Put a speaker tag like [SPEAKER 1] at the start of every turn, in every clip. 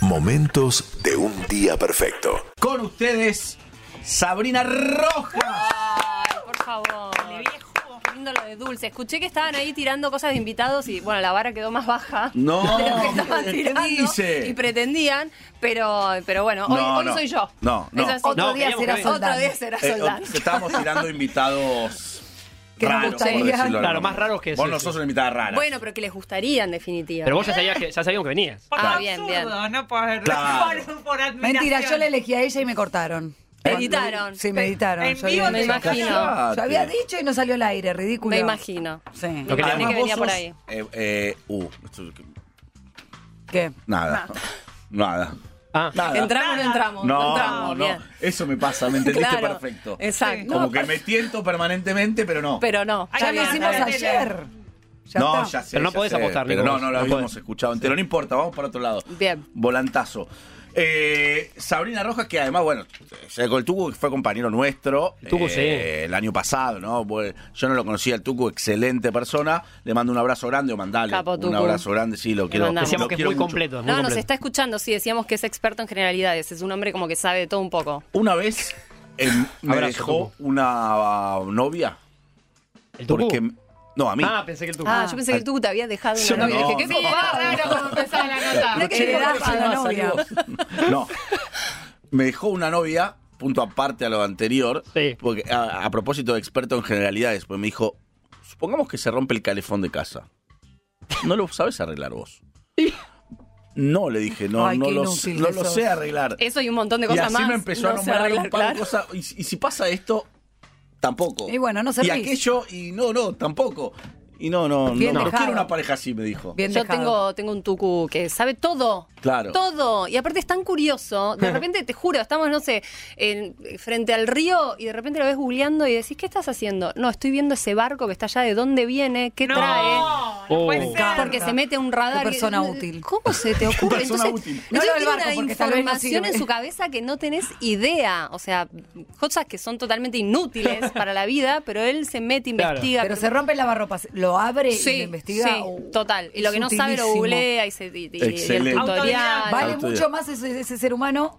[SPEAKER 1] Momentos de un día perfecto.
[SPEAKER 2] Con ustedes, Sabrina Rojas.
[SPEAKER 3] Ay, por favor. Lindo lo de dulce. Escuché que estaban ahí tirando cosas de invitados y bueno, la vara quedó más baja.
[SPEAKER 2] No,
[SPEAKER 3] de lo que estaban
[SPEAKER 2] ¿qué
[SPEAKER 3] tirando
[SPEAKER 2] dice?
[SPEAKER 3] y pretendían, pero, pero bueno, hoy,
[SPEAKER 2] No,
[SPEAKER 3] hoy
[SPEAKER 2] no.
[SPEAKER 3] soy yo.
[SPEAKER 2] No, no.
[SPEAKER 3] Eso es
[SPEAKER 4] Otro
[SPEAKER 3] otro,
[SPEAKER 4] día
[SPEAKER 3] día
[SPEAKER 4] será
[SPEAKER 3] otro
[SPEAKER 4] soldado.
[SPEAKER 3] día será
[SPEAKER 2] Eh,
[SPEAKER 3] soldado.
[SPEAKER 2] estábamos tirando invitados
[SPEAKER 4] Que nos
[SPEAKER 2] raros, por
[SPEAKER 4] gustaría.
[SPEAKER 2] decirlo de alguna
[SPEAKER 4] Claro,
[SPEAKER 2] manera.
[SPEAKER 4] más raros que
[SPEAKER 2] Vos
[SPEAKER 4] ese.
[SPEAKER 2] no sos una invitada rara.
[SPEAKER 3] Bueno, pero que les gustaría en definitiva.
[SPEAKER 4] Pero vos ya sabías que, ya sabíamos que venías.
[SPEAKER 5] Por
[SPEAKER 3] Ah,
[SPEAKER 5] lo
[SPEAKER 3] bien,
[SPEAKER 5] absurdo, no por,
[SPEAKER 2] Claro.
[SPEAKER 5] por, por admiración.
[SPEAKER 4] Mentira,
[SPEAKER 5] yo
[SPEAKER 4] yo
[SPEAKER 5] le
[SPEAKER 4] elegí a ella y me cortaron.
[SPEAKER 3] Editaron.
[SPEAKER 4] Sí, me editaron.
[SPEAKER 5] En
[SPEAKER 4] Yo
[SPEAKER 5] vivo
[SPEAKER 4] había
[SPEAKER 3] me
[SPEAKER 4] dicho-
[SPEAKER 3] imagino.
[SPEAKER 2] Callate.
[SPEAKER 4] Yo había dicho y no salió al aire, ridículo.
[SPEAKER 3] Me imagino.
[SPEAKER 4] Sí.
[SPEAKER 3] Lo que
[SPEAKER 2] Además,
[SPEAKER 3] tenía que
[SPEAKER 2] vos
[SPEAKER 3] venía por
[SPEAKER 2] sos-
[SPEAKER 3] ahí.
[SPEAKER 2] Eh, eh, uh, esto-
[SPEAKER 4] ¿Qué?
[SPEAKER 2] nada. Nada.
[SPEAKER 4] Ah.
[SPEAKER 2] Nada.
[SPEAKER 3] Entramos o no entramos.
[SPEAKER 2] No,
[SPEAKER 3] entramos,
[SPEAKER 2] no,
[SPEAKER 3] bien.
[SPEAKER 2] eso me pasa, me entendiste
[SPEAKER 3] Claro,
[SPEAKER 2] perfecto.
[SPEAKER 3] Exacto.
[SPEAKER 2] Como que me tiento permanentemente, pero no.
[SPEAKER 3] Pero no.
[SPEAKER 5] Ay,
[SPEAKER 3] está
[SPEAKER 4] Ya lo
[SPEAKER 5] bien,
[SPEAKER 4] hicimos
[SPEAKER 5] está bien.
[SPEAKER 4] ayer. Ya
[SPEAKER 2] no,
[SPEAKER 4] está.
[SPEAKER 2] ya sé.
[SPEAKER 4] Pero no
[SPEAKER 2] ya
[SPEAKER 4] podés
[SPEAKER 2] sé,
[SPEAKER 4] apostar,
[SPEAKER 2] pero
[SPEAKER 4] Nico,
[SPEAKER 2] no, no lo
[SPEAKER 4] no
[SPEAKER 2] habíamos
[SPEAKER 4] podés.
[SPEAKER 2] escuchado entero. No importa, vamos para otro lado.
[SPEAKER 3] Bien.
[SPEAKER 2] Volantazo. Eh, Sabrina Rojas, que además, bueno, se- el Tucu fue compañero nuestro
[SPEAKER 4] El Tucu,
[SPEAKER 2] eh, el año pasado, ¿no? Bueno, Yo no lo conocía, el Tucu, excelente persona. Le mando un abrazo grande o mandale
[SPEAKER 3] Capo,
[SPEAKER 2] un
[SPEAKER 3] Tucu.
[SPEAKER 2] abraso grande, sí, lo quiero.
[SPEAKER 3] mandamos.
[SPEAKER 2] lo
[SPEAKER 4] Decíamos que es
[SPEAKER 2] quiero
[SPEAKER 4] muy
[SPEAKER 2] mucho.
[SPEAKER 4] completo. es muy
[SPEAKER 3] No, nos
[SPEAKER 4] completo.
[SPEAKER 3] está escuchando, sí, decíamos que es experto en generalidades, es un hombre como que sabe de todo un poco.
[SPEAKER 2] Una vez eh, me
[SPEAKER 4] Abrazo,
[SPEAKER 2] dejó
[SPEAKER 4] Tucu.
[SPEAKER 2] una uh, novia.
[SPEAKER 4] ¿El tucu?
[SPEAKER 2] Porque, no, a mí.
[SPEAKER 4] Ah, pensé que el tucu.
[SPEAKER 3] Ah, yo pensé que tú te habías dejado una
[SPEAKER 4] Yo no-
[SPEAKER 3] novia.
[SPEAKER 2] no.
[SPEAKER 3] Dije, qué
[SPEAKER 2] Sí,
[SPEAKER 3] copado.
[SPEAKER 2] Pero
[SPEAKER 3] que
[SPEAKER 2] che,
[SPEAKER 3] le das
[SPEAKER 2] no,
[SPEAKER 4] a la
[SPEAKER 2] no,
[SPEAKER 4] novia.
[SPEAKER 2] salimos. No. Me dejó una novia, punto aparte a lo anterior,
[SPEAKER 4] Sí.
[SPEAKER 2] porque a, a propósito de experto en generalidades, pues me dijo, supongamos que se rompe el calefón de casa. No lo sabes arreglar vos. No, le dije, no,
[SPEAKER 4] Ay,
[SPEAKER 2] no,
[SPEAKER 4] qué
[SPEAKER 2] lo,
[SPEAKER 4] inútil
[SPEAKER 2] no
[SPEAKER 4] que
[SPEAKER 2] lo
[SPEAKER 4] sos.
[SPEAKER 2] sé arreglar.
[SPEAKER 3] Eso y un montón de
[SPEAKER 2] y
[SPEAKER 3] cosas
[SPEAKER 2] así
[SPEAKER 3] más.
[SPEAKER 2] me empezó a
[SPEAKER 3] No se
[SPEAKER 2] nombrar
[SPEAKER 3] arregla,
[SPEAKER 2] un par de
[SPEAKER 3] claro.
[SPEAKER 2] cosas. Y, si- y si pasa esto, tampoco.
[SPEAKER 4] Y bueno, no
[SPEAKER 2] Y
[SPEAKER 4] servís.
[SPEAKER 2] aquello, y no, no, tampoco. Y no, no,
[SPEAKER 4] Bien
[SPEAKER 2] no, no
[SPEAKER 4] dejado.
[SPEAKER 2] quiero una pareja así, me dijo.
[SPEAKER 4] Bien
[SPEAKER 3] Yo
[SPEAKER 4] dejado.
[SPEAKER 3] tengo, tengo un tucu que sabe todo.
[SPEAKER 2] Claro.
[SPEAKER 3] Todo. Y aparte es tan curioso. De repente, te juro, estamos, no sé, en- frente al río y de repente lo ves googleando y decís, ¿qué estás haciendo? No, estoy viendo ese barco que está allá, ¿de dónde viene? ¿Qué
[SPEAKER 5] no,
[SPEAKER 3] trae?
[SPEAKER 5] No
[SPEAKER 4] Oh.
[SPEAKER 5] puede
[SPEAKER 4] Me
[SPEAKER 5] ser.
[SPEAKER 4] encanta.
[SPEAKER 3] Porque se mete a un radar.
[SPEAKER 4] Qué persona
[SPEAKER 3] y-
[SPEAKER 4] útil.
[SPEAKER 3] ¿Cómo se te ocurre?
[SPEAKER 2] Persona
[SPEAKER 3] Entonces,
[SPEAKER 2] útil.
[SPEAKER 3] entonces
[SPEAKER 4] No lo del
[SPEAKER 3] tiene
[SPEAKER 4] barco,
[SPEAKER 3] una
[SPEAKER 4] porque tal vez no
[SPEAKER 3] información en
[SPEAKER 4] sirve.
[SPEAKER 3] su cabeza que no tenés idea. O sea, cosas que son totalmente inútiles para la vida, pero él se mete,
[SPEAKER 4] Claro.
[SPEAKER 3] investiga.
[SPEAKER 6] Pero se rompe el lavarropas, lo abre y lo investiga.
[SPEAKER 3] sí,
[SPEAKER 6] o-
[SPEAKER 3] total. Y lo que no sabe lo
[SPEAKER 6] Sutilísimo.
[SPEAKER 3] googlea y, se, y, y- y el
[SPEAKER 2] Excelente.
[SPEAKER 3] tutorial.
[SPEAKER 6] Vale
[SPEAKER 2] Autodidacta.
[SPEAKER 6] mucho más ese, ese ser humano.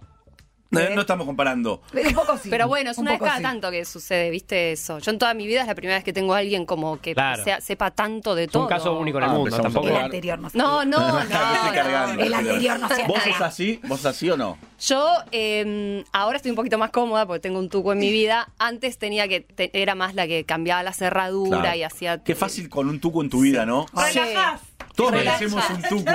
[SPEAKER 2] No, no estamos comparando.
[SPEAKER 6] pero Un poco sí.
[SPEAKER 3] Pero bueno, es
[SPEAKER 6] un
[SPEAKER 3] una vez
[SPEAKER 6] poco
[SPEAKER 3] cada
[SPEAKER 6] sí.
[SPEAKER 3] tanto que sucede, ¿viste eso? Yo en toda mi vida es la primera vez que tengo a alguien como que
[SPEAKER 4] Claro.
[SPEAKER 3] sea- sepa tanto de
[SPEAKER 4] Es
[SPEAKER 3] todo.
[SPEAKER 4] un caso único en el
[SPEAKER 2] Ah,
[SPEAKER 4] mundo.
[SPEAKER 2] empezamos
[SPEAKER 4] Tampoco.
[SPEAKER 6] El
[SPEAKER 2] Claro.
[SPEAKER 6] anterior no sé.
[SPEAKER 3] No, no, no.
[SPEAKER 2] Me estoy
[SPEAKER 3] no.
[SPEAKER 2] cargando.
[SPEAKER 6] El anterior no hacía
[SPEAKER 2] ¿Vos
[SPEAKER 6] nada.
[SPEAKER 2] sos así? ¿Vos sos así o no?
[SPEAKER 3] Yo eh, ahora estoy un poquito más cómoda porque tengo un tuco en mi vida. Antes tenía que te- era más la que cambiaba la cerradura
[SPEAKER 2] Claro.
[SPEAKER 3] y hacía eh,
[SPEAKER 2] Qué fácil con un tuco en tu vida, ¿no?
[SPEAKER 3] Sí.
[SPEAKER 5] Relajás.
[SPEAKER 2] Todos
[SPEAKER 3] Relaja.
[SPEAKER 2] merecemos un tuco.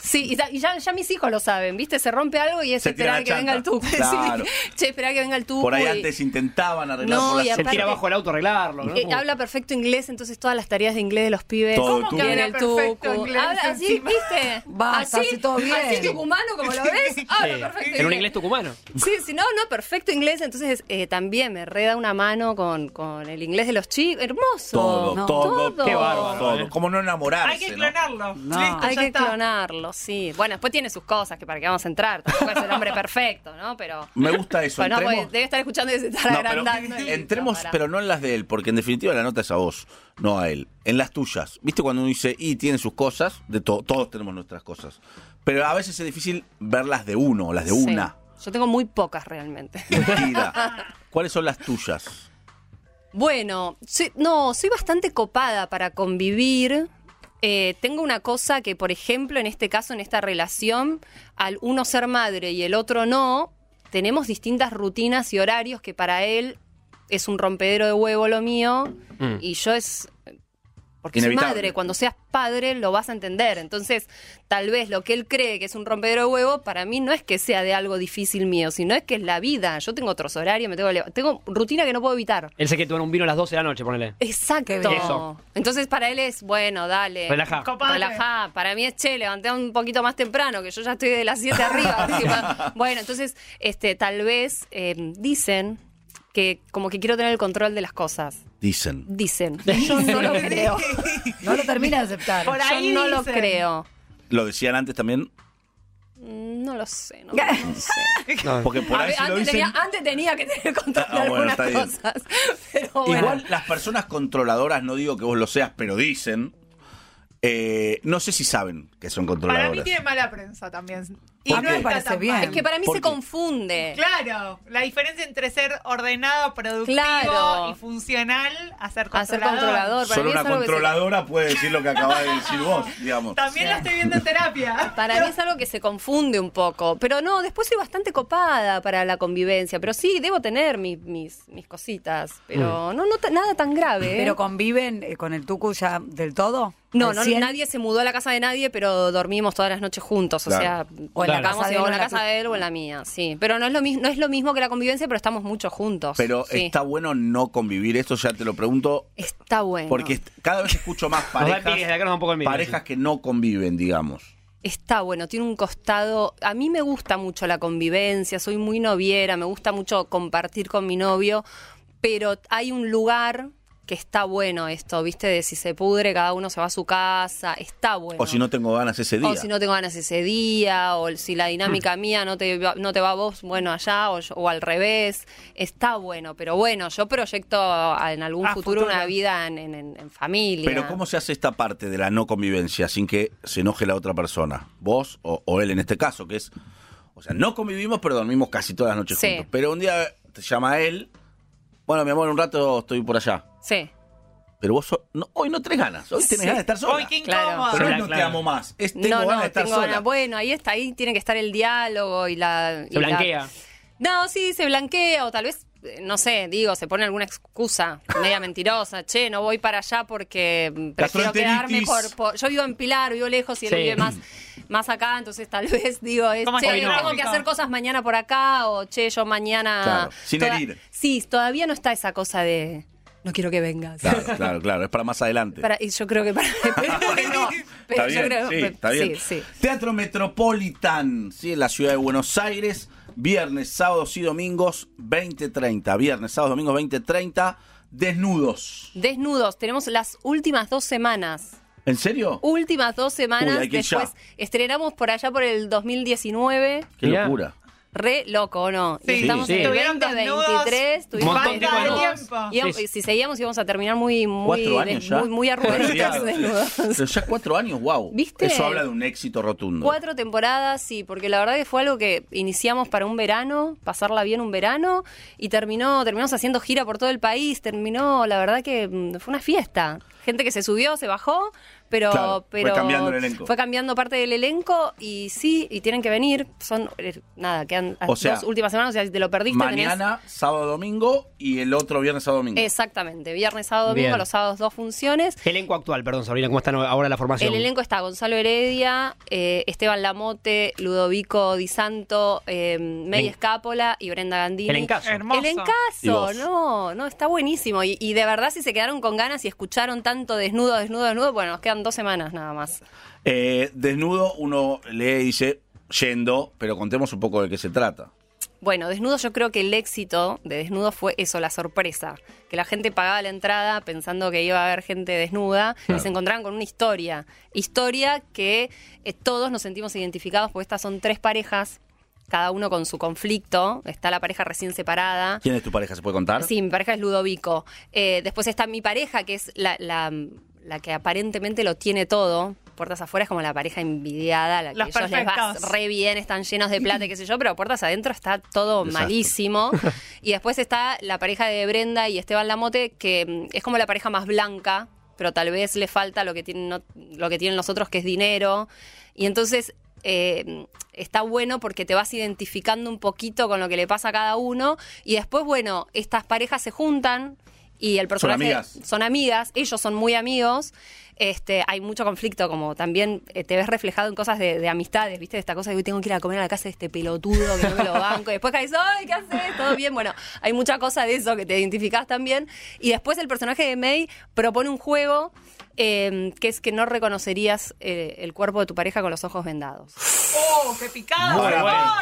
[SPEAKER 3] Sí, y, ta- y ya, ya mis hijos lo saben, ¿viste? Se rompe algo y es
[SPEAKER 2] Se tira
[SPEAKER 3] esperar
[SPEAKER 2] la
[SPEAKER 3] que venga el
[SPEAKER 2] chanta.
[SPEAKER 3] tuco. Sí.
[SPEAKER 2] Claro.
[SPEAKER 3] Che, esperar que venga el tuco.
[SPEAKER 2] Por ahí
[SPEAKER 3] y-
[SPEAKER 2] antes intentaban arreglar
[SPEAKER 3] No,
[SPEAKER 2] por
[SPEAKER 3] y
[SPEAKER 2] la
[SPEAKER 4] Se
[SPEAKER 3] aparte-
[SPEAKER 4] tira bajo el auto a arreglarlo. ¿no?
[SPEAKER 3] Eh,
[SPEAKER 4] Como-
[SPEAKER 3] habla perfecto inglés, entonces todas las tareas de inglés de los pibes.
[SPEAKER 2] Todo
[SPEAKER 3] ¿Cómo
[SPEAKER 2] tucu.
[SPEAKER 3] que habla
[SPEAKER 5] Habla
[SPEAKER 3] el
[SPEAKER 5] perfecto
[SPEAKER 3] tucu?
[SPEAKER 5] inglés
[SPEAKER 3] Habla así,
[SPEAKER 5] encima.
[SPEAKER 3] ¿viste?
[SPEAKER 6] Basta,
[SPEAKER 3] así,
[SPEAKER 6] hace todo bien.
[SPEAKER 3] Así tucumano, como lo ves,
[SPEAKER 4] Sí.
[SPEAKER 3] habla perfecto
[SPEAKER 4] eh, En un inglés tucumano.
[SPEAKER 3] Sí, sí, no, no, perfecto inglés. Entonces eh, también me reda una mano con, con el inglés de los chicos. Hermoso.
[SPEAKER 2] Todo,
[SPEAKER 6] No.
[SPEAKER 2] todo,
[SPEAKER 3] Todo.
[SPEAKER 2] todo.
[SPEAKER 4] Qué bárbaro, eh.
[SPEAKER 2] Como no enamorarse,
[SPEAKER 5] Hay que
[SPEAKER 2] ¿no?
[SPEAKER 5] clonarlo.
[SPEAKER 6] No.
[SPEAKER 5] Listo,
[SPEAKER 3] Hay
[SPEAKER 5] ya
[SPEAKER 3] que
[SPEAKER 5] está.
[SPEAKER 3] clonarlo, sí. Bueno, después tiene sus cosas, que para qué vamos a entrar. Tampoco es el hombre perfecto, ¿no? Pero.
[SPEAKER 2] Me gusta eso,
[SPEAKER 3] Bueno,
[SPEAKER 2] entremos.
[SPEAKER 3] porque debe estar escuchando y se estará
[SPEAKER 2] No, pero
[SPEAKER 3] agrandando. y-
[SPEAKER 2] entremos,
[SPEAKER 3] no, pará.
[SPEAKER 2] pero no en las de él, porque en definitiva la nota es a vos, no a él. En las tuyas. ¿Viste cuando uno dice, y tiene sus cosas? De to- todos tenemos nuestras cosas. Pero a veces es difícil ver las de uno, las de
[SPEAKER 3] Sí.
[SPEAKER 2] una.
[SPEAKER 3] Yo tengo muy pocas realmente.
[SPEAKER 2] Mentira. ¿Cuáles son las tuyas?
[SPEAKER 3] Bueno, sí- no, soy bastante copada para convivir. Eh, tengo una cosa que, por ejemplo, en este caso, en esta relación, al uno ser madre y el otro no, tenemos distintas rutinas y horarios que para él es un rompedero de huevo lo mío
[SPEAKER 4] Mm.
[SPEAKER 3] y yo es... Porque
[SPEAKER 2] Inevitable.
[SPEAKER 3] soy madre, cuando seas padre lo vas a entender. Entonces, tal vez lo que él cree que es un rompedero de huevo, para mí no es que sea de algo difícil mío, sino es que es la vida. Yo tengo otros horarios, me tengo, que lev- tengo rutina que no puedo evitar.
[SPEAKER 4] Él se que tomar un vino a las 12 de la noche, ponele.
[SPEAKER 6] Qué
[SPEAKER 3] Exacto.
[SPEAKER 6] bien.
[SPEAKER 4] Eso.
[SPEAKER 3] Entonces para él es, bueno, dale.
[SPEAKER 4] Relaja.
[SPEAKER 5] Copadre.
[SPEAKER 3] Relajá. Para mí es, che, levanté un poquito más temprano, que yo ya estoy de las 7 arriba. Así que, pa- bueno, entonces, este, tal vez eh, dicen que como que quiero tener el control de las cosas.
[SPEAKER 2] Dicen.
[SPEAKER 3] Dicen. Yo no lo creo.
[SPEAKER 6] No lo termina de aceptar.
[SPEAKER 5] Por ahí
[SPEAKER 3] Yo no lo
[SPEAKER 5] dicen.
[SPEAKER 3] creo. Mm,
[SPEAKER 2] ¿Lo decían antes también?
[SPEAKER 3] No lo sé, no, no sé.
[SPEAKER 4] Ah.
[SPEAKER 2] Porque por
[SPEAKER 3] A
[SPEAKER 2] ahí
[SPEAKER 3] ver,
[SPEAKER 2] si lo
[SPEAKER 3] antes,
[SPEAKER 2] dicen...
[SPEAKER 3] tenía, antes tenía que tener control
[SPEAKER 2] Ah,
[SPEAKER 3] de
[SPEAKER 2] bueno,
[SPEAKER 3] algunas
[SPEAKER 2] está bien.
[SPEAKER 3] cosas. Pero bueno.
[SPEAKER 2] Igual las personas controladoras, no digo que vos lo seas, pero dicen, eh, no sé si saben que son
[SPEAKER 5] Para mí
[SPEAKER 2] controladoras.
[SPEAKER 5] tiene mala prensa también. Y
[SPEAKER 6] ¿Por
[SPEAKER 5] no
[SPEAKER 6] qué?
[SPEAKER 5] está
[SPEAKER 6] Parece
[SPEAKER 5] tan
[SPEAKER 6] bien.
[SPEAKER 5] mal.
[SPEAKER 3] Es que para mí
[SPEAKER 2] ¿Por
[SPEAKER 3] se
[SPEAKER 2] qué?
[SPEAKER 3] confunde.
[SPEAKER 5] Claro, la diferencia entre ser ordenado, productivo
[SPEAKER 3] Claro.
[SPEAKER 5] y funcional a ser
[SPEAKER 3] A ser
[SPEAKER 5] controlador.
[SPEAKER 3] controlador. Para
[SPEAKER 2] Solo
[SPEAKER 3] mí es
[SPEAKER 2] una
[SPEAKER 3] algo que se-
[SPEAKER 2] controladora puede decir lo que acaba de decir vos, digamos.
[SPEAKER 5] También lo estoy viendo en terapia.
[SPEAKER 3] Para mí es algo que se confunde un poco. Pero no, después soy bastante copada para la convivencia. Pero sí, debo tener mi- mis, mis cositas. Pero
[SPEAKER 2] Mm.
[SPEAKER 3] no, no ta- nada tan grave. ¿eh?
[SPEAKER 6] ¿Pero conviven eh, con el Tucu ya del todo?
[SPEAKER 3] no,
[SPEAKER 6] ¿Al
[SPEAKER 3] no,
[SPEAKER 6] 100?
[SPEAKER 3] nadie se mudó a la casa de nadie, pero dormimos todas las noches juntos. O
[SPEAKER 2] Claro.
[SPEAKER 3] sea,
[SPEAKER 6] O en la
[SPEAKER 3] acabamos
[SPEAKER 6] casa de
[SPEAKER 3] y-
[SPEAKER 6] él
[SPEAKER 3] o
[SPEAKER 6] o
[SPEAKER 3] en la
[SPEAKER 6] en la
[SPEAKER 3] casa
[SPEAKER 6] tu-
[SPEAKER 3] de él o en la mía, sí. Pero no es lo, mis- no es lo mismo que la convivencia, pero estamos mucho juntos.
[SPEAKER 2] Pero
[SPEAKER 3] sí.
[SPEAKER 2] está bueno no convivir, esto ya te lo pregunto,
[SPEAKER 3] Está bueno.
[SPEAKER 2] porque est- cada vez escucho más
[SPEAKER 4] da
[SPEAKER 2] parejas,
[SPEAKER 4] envidia, de acá nos da un poco de envidia,
[SPEAKER 2] parejas
[SPEAKER 4] sí.
[SPEAKER 2] que no conviven, digamos.
[SPEAKER 3] Está bueno, tiene un costado. A mí me gusta mucho la convivencia, soy muy noviera, me gusta mucho compartir con mi novio, pero hay un lugar que está bueno esto, ¿viste? De si se pudre, cada uno se va a su casa, está bueno.
[SPEAKER 2] O si no tengo ganas ese día. Mm.
[SPEAKER 3] O si no tengo ganas ese día, o si la dinámica mía no te, va- no te va a vos, bueno, allá, o, yo- o al revés. Está bueno, pero bueno, yo proyecto a- en algún
[SPEAKER 5] A
[SPEAKER 3] futuro,
[SPEAKER 5] futuro.
[SPEAKER 3] una vida en, en- en- en familia.
[SPEAKER 2] Pero ¿cómo se hace esta parte de la no convivencia sin que se enoje la otra persona? Vos o, o él en este caso, que es... O sea, no convivimos, pero dormimos casi todas las noches
[SPEAKER 3] Sí.
[SPEAKER 2] juntos. Pero un día te llama él, bueno, mi amor, un rato estoy por allá.
[SPEAKER 3] Sí.
[SPEAKER 2] Pero vos so- no- hoy no tenés ganas, hoy tenés
[SPEAKER 3] Sí.
[SPEAKER 2] ganas de estar sola.
[SPEAKER 5] Hoy qué
[SPEAKER 3] Claro.
[SPEAKER 5] incómodo.
[SPEAKER 2] Pero
[SPEAKER 4] Claro,
[SPEAKER 2] no te
[SPEAKER 4] claro.
[SPEAKER 2] amo más. Es, tengo
[SPEAKER 3] No,
[SPEAKER 2] ganas
[SPEAKER 3] no,
[SPEAKER 2] de estar
[SPEAKER 3] tengo
[SPEAKER 2] sola.
[SPEAKER 3] ganas. Bueno, ahí está, ahí tiene que estar el diálogo y la. y
[SPEAKER 4] Se
[SPEAKER 3] la-
[SPEAKER 4] blanquea.
[SPEAKER 3] No, sí, se blanquea o tal vez, eh, no sé, digo, se pone alguna excusa media mentirosa. Che, no voy para allá porque mm, prefiero quedarme
[SPEAKER 2] Gastroenteritis.
[SPEAKER 3] por, por- Yo vivo en Pilar, vivo lejos y él
[SPEAKER 4] Sí.
[SPEAKER 3] vive más, más acá, entonces tal vez digo, es,
[SPEAKER 5] ¿Cómo
[SPEAKER 3] che,
[SPEAKER 5] está
[SPEAKER 4] el
[SPEAKER 3] tengo que
[SPEAKER 5] tráfico?
[SPEAKER 3] hacer cosas mañana por acá o che, yo mañana.
[SPEAKER 2] Claro, sin
[SPEAKER 3] Toda-
[SPEAKER 2] herir.
[SPEAKER 3] Sí, todavía no está esa cosa de no quiero que vengas.
[SPEAKER 2] Claro, claro, claro, es para más adelante.
[SPEAKER 3] Para- y yo creo que para. Pero no,
[SPEAKER 2] está
[SPEAKER 3] pero
[SPEAKER 2] bien,
[SPEAKER 3] yo creo
[SPEAKER 2] sí, está bien.
[SPEAKER 3] sí, sí.
[SPEAKER 2] Teatro Metropolitan, sí, en la ciudad de Buenos Aires, viernes, sábados y domingos 20:30, viernes, sábados, domingos 20:30, desnudos.
[SPEAKER 3] Desnudos, tenemos las últimas dos semanas.
[SPEAKER 2] ¿En serio?
[SPEAKER 3] Últimas dos semanas.
[SPEAKER 2] Uy, hay que ir ya.
[SPEAKER 3] después estrenamos por allá por el 2019.
[SPEAKER 2] Qué
[SPEAKER 4] Mirá.
[SPEAKER 2] locura.
[SPEAKER 3] Re loco, ¿o no?
[SPEAKER 5] Sí,
[SPEAKER 3] y estamos
[SPEAKER 4] sí.
[SPEAKER 3] en el
[SPEAKER 5] Estuvieron
[SPEAKER 3] 2023.
[SPEAKER 5] desnudos
[SPEAKER 3] Estuvimos
[SPEAKER 4] un montón de
[SPEAKER 3] desnudos.
[SPEAKER 5] tiempo.
[SPEAKER 3] Y,
[SPEAKER 4] Sí, sí.
[SPEAKER 3] si seguíamos íbamos a terminar muy, muy,
[SPEAKER 2] Cuatro años
[SPEAKER 3] des-
[SPEAKER 2] ya.
[SPEAKER 3] muy, muy arrugaditos desnudos.
[SPEAKER 2] Pero ya cuatro años, wow.
[SPEAKER 3] ¿Viste?
[SPEAKER 2] Eso habla de un éxito rotundo.
[SPEAKER 3] Cuatro temporadas, sí, porque la verdad que fue algo que iniciamos para un verano, pasarla bien un verano, y terminó, terminamos haciendo gira por todo el país, terminó, la verdad que mm, fue una fiesta. Gente que se subió, se bajó, pero,
[SPEAKER 2] Claro, fue
[SPEAKER 3] pero
[SPEAKER 2] cambiando el elenco.
[SPEAKER 3] fue cambiando parte del elenco y sí, y tienen que venir, son eh, nada, quedan las
[SPEAKER 2] O sea,
[SPEAKER 3] dos últimas semanas, o sea, si te lo perdiste tenés-
[SPEAKER 2] Mañana, sábado, domingo y el otro viernes, sábado, domingo.
[SPEAKER 3] Exactamente, viernes, sábado, domingo,
[SPEAKER 4] Bien.
[SPEAKER 3] los sábados dos funciones.
[SPEAKER 4] Elenco actual, perdón, Sabrina, ¿cómo está ahora la formación?
[SPEAKER 3] El elenco está Gonzalo Heredia, eh, Esteban Lamote, Ludovico Di Santo, eh, May
[SPEAKER 4] Elen-
[SPEAKER 3] Escápola y Brenda Gandini.
[SPEAKER 4] Elencazo.
[SPEAKER 5] Hermoso.
[SPEAKER 3] El
[SPEAKER 2] Y
[SPEAKER 3] encaso,
[SPEAKER 2] vos.
[SPEAKER 3] no, no, está buenísimo. Y, y de verdad, si se quedaron con ganas y escucharon tanto desnudo, desnudo, desnudo, bueno, nos quedan dos semanas nada más.
[SPEAKER 2] Eh, desnudo, uno lee y dice, yendo, pero contemos un poco de qué se trata.
[SPEAKER 3] Bueno, Desnudo yo creo que el éxito de Desnudo fue eso, la sorpresa. Que la gente pagaba la entrada pensando que iba a haber gente desnuda y se encontraban con una historia. Historia que eh, todos nos sentimos identificados porque estas son tres parejas, cada uno con su conflicto. Está la pareja recién separada.
[SPEAKER 2] ¿Quién es tu pareja? ¿Se puede contar?
[SPEAKER 3] Sí, mi pareja es Ludovico. Eh, después está mi pareja, que es la, la- la que aparentemente lo tiene todo. Puertas afuera es como la pareja envidiada, la que
[SPEAKER 5] Los
[SPEAKER 3] ellos les va
[SPEAKER 5] perfectos.
[SPEAKER 3] re bien, están llenos de plata, y qué sé yo, pero puertas adentro está todo
[SPEAKER 2] Desastre.
[SPEAKER 3] malísimo. Y después está la pareja de Brenda y Esteban Lamote, que mm, es como la pareja más blanca, pero tal vez le falta lo que tienen, no- lo que tienen los otros, que es dinero. Y entonces eh, está bueno porque te vas identificando un poquito con lo que le pasa a cada uno. Y después, bueno, estas parejas se juntan y el personaje
[SPEAKER 2] amigas.
[SPEAKER 3] son amigas, ellos son muy amigos. Este, hay mucho conflicto, como también eh, te ves reflejado en cosas de, de amistades, ¿viste? De esta cosa de hoy tengo que ir a comer a la casa de este pelotudo que no me lo banco. Y después caes, ¡ay, qué haces! ¿Todo bien? Bueno, hay mucha cosa de eso que te identificás también. Y después el personaje de May propone un juego eh, que es que no reconocerías eh, el cuerpo de tu pareja con los ojos vendados.
[SPEAKER 5] ¡Oh, qué picado
[SPEAKER 2] Muy
[SPEAKER 5] se
[SPEAKER 2] bueno.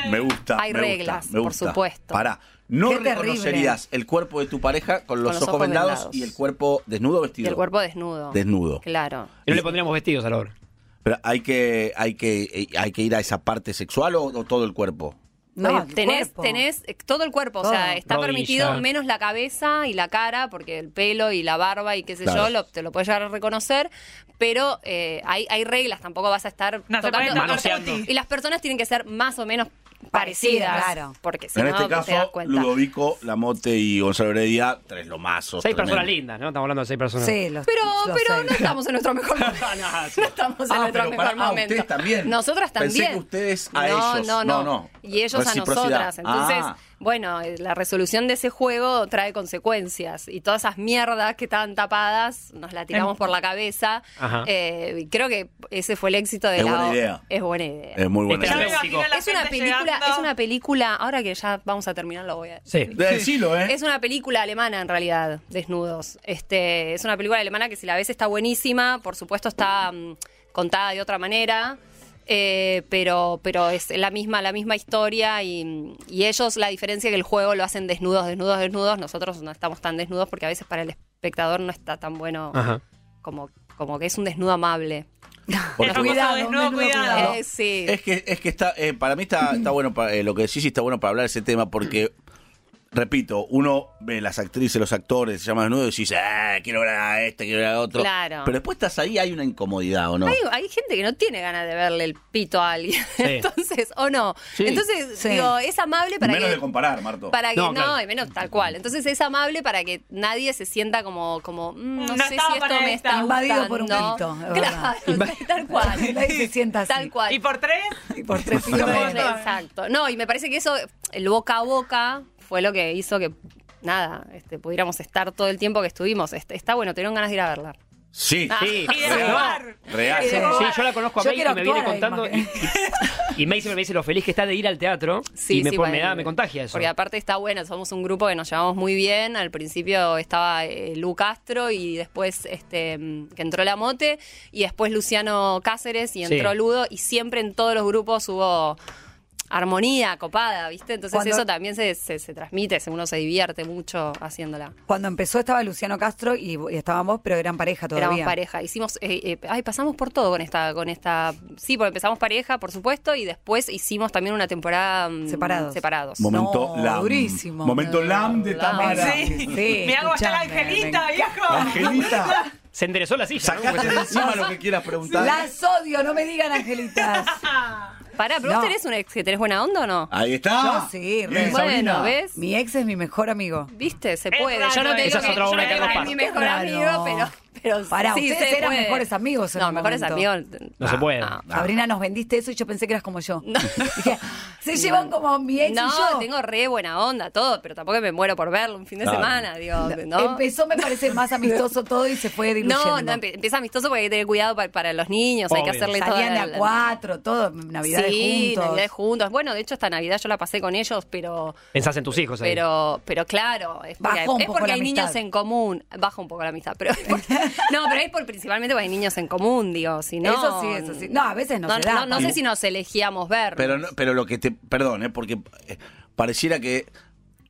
[SPEAKER 5] pone!
[SPEAKER 2] Me gusta.
[SPEAKER 3] Hay
[SPEAKER 2] me gusta,
[SPEAKER 3] reglas,
[SPEAKER 2] me
[SPEAKER 3] por
[SPEAKER 2] gusta.
[SPEAKER 3] supuesto.
[SPEAKER 2] Pará. No
[SPEAKER 6] Qué terrible.
[SPEAKER 2] reconocerías el cuerpo de tu pareja con los, ojos, vendados, y el cuerpo desnudo o
[SPEAKER 3] Y
[SPEAKER 2] vestido.
[SPEAKER 3] el cuerpo desnudo.
[SPEAKER 2] desnudo.
[SPEAKER 3] Claro.
[SPEAKER 4] Y no le pondríamos vestidos a la obra.
[SPEAKER 2] eh, Pero hay que, hay que, hay que ir a esa parte sexual o, o todo el cuerpo.
[SPEAKER 6] No,
[SPEAKER 3] Oye,
[SPEAKER 6] el
[SPEAKER 3] tenés,
[SPEAKER 6] cuerpo.
[SPEAKER 3] tenés eh, todo el cuerpo, o
[SPEAKER 6] Todo.
[SPEAKER 3] sea, está
[SPEAKER 4] Rodilla.
[SPEAKER 3] permitido menos la cabeza y la cara, porque el pelo y la barba y qué sé
[SPEAKER 2] Claro.
[SPEAKER 3] yo, lo- te lo puedes llegar a reconocer, pero eh, hay, hay reglas, tampoco vas a estar
[SPEAKER 5] No se puede
[SPEAKER 3] tocando.
[SPEAKER 5] tocar
[SPEAKER 4] Manoseando.
[SPEAKER 5] tutti.
[SPEAKER 3] Y las personas tienen que ser más o menos
[SPEAKER 6] Parecidas,
[SPEAKER 3] parecidas,
[SPEAKER 6] claro.
[SPEAKER 3] porque si
[SPEAKER 2] en
[SPEAKER 3] no,
[SPEAKER 2] este
[SPEAKER 3] te das
[SPEAKER 2] caso,
[SPEAKER 3] cuenta.
[SPEAKER 2] Ludovico, Lamote y Gonzalo Heredia, tres lomazos.
[SPEAKER 4] Seis personas
[SPEAKER 2] tremendo.
[SPEAKER 4] lindas, ¿no? Estamos hablando de seis personas.
[SPEAKER 6] Sí, los
[SPEAKER 3] Pero,
[SPEAKER 6] los
[SPEAKER 3] pero
[SPEAKER 6] seis.
[SPEAKER 3] no estamos en nuestro mejor momento. No estamos en
[SPEAKER 2] Ah,
[SPEAKER 3] nuestro
[SPEAKER 2] pero
[SPEAKER 3] mejor
[SPEAKER 2] para- ah,
[SPEAKER 3] momento.
[SPEAKER 2] ustedes también.
[SPEAKER 3] Nosotras
[SPEAKER 2] Pensé
[SPEAKER 3] también.
[SPEAKER 2] que ustedes a
[SPEAKER 3] no,
[SPEAKER 2] ellos.
[SPEAKER 3] No,
[SPEAKER 2] No,
[SPEAKER 3] no,
[SPEAKER 2] no.
[SPEAKER 3] Y ellos a
[SPEAKER 2] Reciprocidad.
[SPEAKER 3] nosotras. Entonces,
[SPEAKER 2] Ah.
[SPEAKER 3] bueno, eh, la resolución de ese juego trae consecuencias. Y todas esas mierdas que estaban tapadas, nos la tiramos
[SPEAKER 5] Em.
[SPEAKER 3] por la cabeza.
[SPEAKER 4] Ajá.
[SPEAKER 3] Eh, y creo que ese fue el éxito de
[SPEAKER 2] Es
[SPEAKER 3] la
[SPEAKER 2] buena
[SPEAKER 3] o-
[SPEAKER 2] idea. Eh.
[SPEAKER 3] Es buena idea.
[SPEAKER 2] Es muy buena
[SPEAKER 5] Ya me
[SPEAKER 2] idea.
[SPEAKER 5] imagino a la
[SPEAKER 3] es una
[SPEAKER 5] gente
[SPEAKER 3] película,
[SPEAKER 5] llegando.
[SPEAKER 3] es una película, ahora que ya vamos a terminar lo voy a
[SPEAKER 4] Sí.
[SPEAKER 2] Decilo, ¿eh?
[SPEAKER 3] es una película alemana en realidad, Desnudos. Este, es una película alemana que si la ves está buenísima, por supuesto está mm, contada de otra manera, eh, pero, pero es la misma, la misma historia y, y ellos la diferencia que el juego lo hacen desnudos, desnudos, desnudos. Nosotros no estamos tan desnudos porque a veces para el espectador no está tan bueno
[SPEAKER 4] Ajá.
[SPEAKER 3] como, como que es un desnudo amable.
[SPEAKER 2] Porque-
[SPEAKER 5] El famoso
[SPEAKER 6] Cuidado,
[SPEAKER 5] desnudo,
[SPEAKER 6] menudo
[SPEAKER 5] cuidado.
[SPEAKER 6] cuidado.
[SPEAKER 3] Eh, sí.
[SPEAKER 2] Es que, es que está, eh, para mí está, está bueno, para, eh, lo que decís sí está bueno para hablar de ese tema, porque, repito, uno ve las actrices, los actores, se llama desnudo y decís, ah, quiero ver a este, quiero ver a otro.
[SPEAKER 3] Claro.
[SPEAKER 2] Pero después estás ahí, hay una incomodidad, ¿o no?
[SPEAKER 3] Hay, hay gente que no tiene ganas de verle el pito a alguien. Entonces, o no.
[SPEAKER 2] Sí.
[SPEAKER 3] Entonces,
[SPEAKER 6] Sí.
[SPEAKER 3] digo, es amable para
[SPEAKER 2] Menos
[SPEAKER 3] que.
[SPEAKER 2] de comparar, Marto.
[SPEAKER 3] Para que
[SPEAKER 4] No,
[SPEAKER 3] no,
[SPEAKER 4] claro.
[SPEAKER 3] y menos tal cual. Entonces es amable para que nadie se sienta como, como mm, no,
[SPEAKER 5] No
[SPEAKER 3] sé
[SPEAKER 5] estaba
[SPEAKER 3] si esto
[SPEAKER 5] para
[SPEAKER 3] me
[SPEAKER 5] esta.
[SPEAKER 3] está
[SPEAKER 6] Invadido por un
[SPEAKER 3] gustando.
[SPEAKER 6] grito, es
[SPEAKER 3] Claro, tal cual.
[SPEAKER 6] Nadie se sienta así.
[SPEAKER 3] Tal cual.
[SPEAKER 5] Y por tres,
[SPEAKER 6] Y por tres
[SPEAKER 2] Por
[SPEAKER 6] kilos de-
[SPEAKER 5] favor, no.
[SPEAKER 3] Exacto. No, y me parece que eso, el boca a boca, fue lo que hizo que, nada, este, pudiéramos estar todo el tiempo que estuvimos. Este, está bueno, tuvieron ganas de ir a verla.
[SPEAKER 2] Sí,
[SPEAKER 3] Ah.
[SPEAKER 4] Sí.
[SPEAKER 5] y de
[SPEAKER 4] Real.
[SPEAKER 5] jugar.
[SPEAKER 2] real.
[SPEAKER 6] Sí.
[SPEAKER 4] Sí, yo la conozco a
[SPEAKER 6] Yo
[SPEAKER 4] May
[SPEAKER 6] quiero
[SPEAKER 4] y me viene
[SPEAKER 6] actuar ahí,
[SPEAKER 4] contando. Y,
[SPEAKER 3] ¿eh?
[SPEAKER 4] y- y May siempre me dice lo feliz que está de ir al teatro. y me, pone- me
[SPEAKER 3] bueno,
[SPEAKER 4] da, me contagia eso.
[SPEAKER 3] Porque aparte está bueno, somos un grupo que nos llevamos muy bien. Al principio estaba eh, Lu Castro y después este mm, que entró La Mote y después Luciano Cáceres y entró
[SPEAKER 4] Sí.
[SPEAKER 3] Ludo y siempre en todos los grupos hubo armonía copada, ¿viste? Entonces
[SPEAKER 6] Cuando-
[SPEAKER 3] eso también se, se, se transmite, se- uno se divierte mucho haciéndola.
[SPEAKER 6] Cuando empezó estaba Luciano Castro y, y estábamos, pero eran pareja todavía.
[SPEAKER 3] Éramos pareja, hicimos, eh, eh, ay, pasamos por todo con esta, con esta, sí, porque empezamos pareja, por supuesto, y después hicimos también una temporada mm,
[SPEAKER 6] Separados.
[SPEAKER 3] separados.
[SPEAKER 2] Momento
[SPEAKER 6] No,
[SPEAKER 2] LAM.
[SPEAKER 6] durísimo.
[SPEAKER 2] Momento LAM de
[SPEAKER 3] Lam.
[SPEAKER 2] Tamara.
[SPEAKER 5] Sí.
[SPEAKER 6] Sí,
[SPEAKER 5] Mirá cómo está la
[SPEAKER 6] escuchame,
[SPEAKER 5] angelita, viejo.
[SPEAKER 2] Angelita,
[SPEAKER 4] Se enderezó la silla. ¿no?
[SPEAKER 2] sacate de encima lo que quieras
[SPEAKER 6] ven-
[SPEAKER 2] preguntar.
[SPEAKER 6] Las odio, no me digan angelitas.
[SPEAKER 3] Pará, pero
[SPEAKER 6] No.
[SPEAKER 3] vos tenés un ex que tenés buena onda o no?
[SPEAKER 2] Ahí está.
[SPEAKER 6] Yo sí, re.
[SPEAKER 2] Bien,
[SPEAKER 3] bueno,
[SPEAKER 2] Ah, eh, Sabrina.
[SPEAKER 3] ¿ves?
[SPEAKER 6] Mi ex es mi mejor amigo.
[SPEAKER 3] Viste, se
[SPEAKER 5] Es
[SPEAKER 3] puede. yo
[SPEAKER 5] raro
[SPEAKER 3] no te digo
[SPEAKER 4] Esa
[SPEAKER 5] eso.
[SPEAKER 4] es
[SPEAKER 3] que,
[SPEAKER 4] otra
[SPEAKER 3] yo no
[SPEAKER 4] obra que
[SPEAKER 3] te digo
[SPEAKER 4] hago
[SPEAKER 3] es mi
[SPEAKER 6] parte.
[SPEAKER 3] mejor
[SPEAKER 6] Claro.
[SPEAKER 3] amigo, pero, pero
[SPEAKER 6] Pará,
[SPEAKER 3] sí,
[SPEAKER 6] ustedes
[SPEAKER 3] se
[SPEAKER 6] eran
[SPEAKER 3] puede.
[SPEAKER 6] mejores amigos en
[SPEAKER 3] No,
[SPEAKER 6] un
[SPEAKER 3] mejores
[SPEAKER 6] momento.
[SPEAKER 3] amigos. Ah,
[SPEAKER 4] No se puede.
[SPEAKER 6] Sabrina, nos vendiste eso y yo pensé que eras como yo.
[SPEAKER 3] No.
[SPEAKER 6] Dije, se llevan como mi ex
[SPEAKER 3] no,
[SPEAKER 6] y yo.
[SPEAKER 3] tengo re buena onda, todo, pero tampoco me muero por verlo un fin de
[SPEAKER 2] Claro.
[SPEAKER 3] semana, digo, ¿no?
[SPEAKER 6] Empezó, me parece, más amistoso todo y se fue diluyendo.
[SPEAKER 3] no, no, empe- empieza amistoso porque hay que tener cuidado pa- para, los niños, hay
[SPEAKER 4] Obvio.
[SPEAKER 3] que hacerle todo.
[SPEAKER 6] Salían de a cuatro, todo, Navidades
[SPEAKER 3] sí,
[SPEAKER 6] juntos.
[SPEAKER 3] Navidades juntos. Bueno, de hecho, esta Navidad yo la pasé con ellos, pero
[SPEAKER 4] Pensás en tus hijos ahí.
[SPEAKER 3] Pero, pero claro, es porque,
[SPEAKER 6] Baja un
[SPEAKER 3] es
[SPEAKER 6] poco
[SPEAKER 3] porque
[SPEAKER 6] la
[SPEAKER 3] hay
[SPEAKER 6] amistad.
[SPEAKER 3] niños en común. Baja un poco la amistad, pero es porque- no, pero es por, principalmente porque hay niños en común, digo, si no.
[SPEAKER 6] Eso sí, eso sí. No, a veces no
[SPEAKER 3] no,
[SPEAKER 6] se da,
[SPEAKER 3] no- no sé
[SPEAKER 6] tampoco.
[SPEAKER 3] si nos elegíamos ver.
[SPEAKER 2] Pero, no- pero lo que te. Perdón, ¿eh? porque eh, pareciera que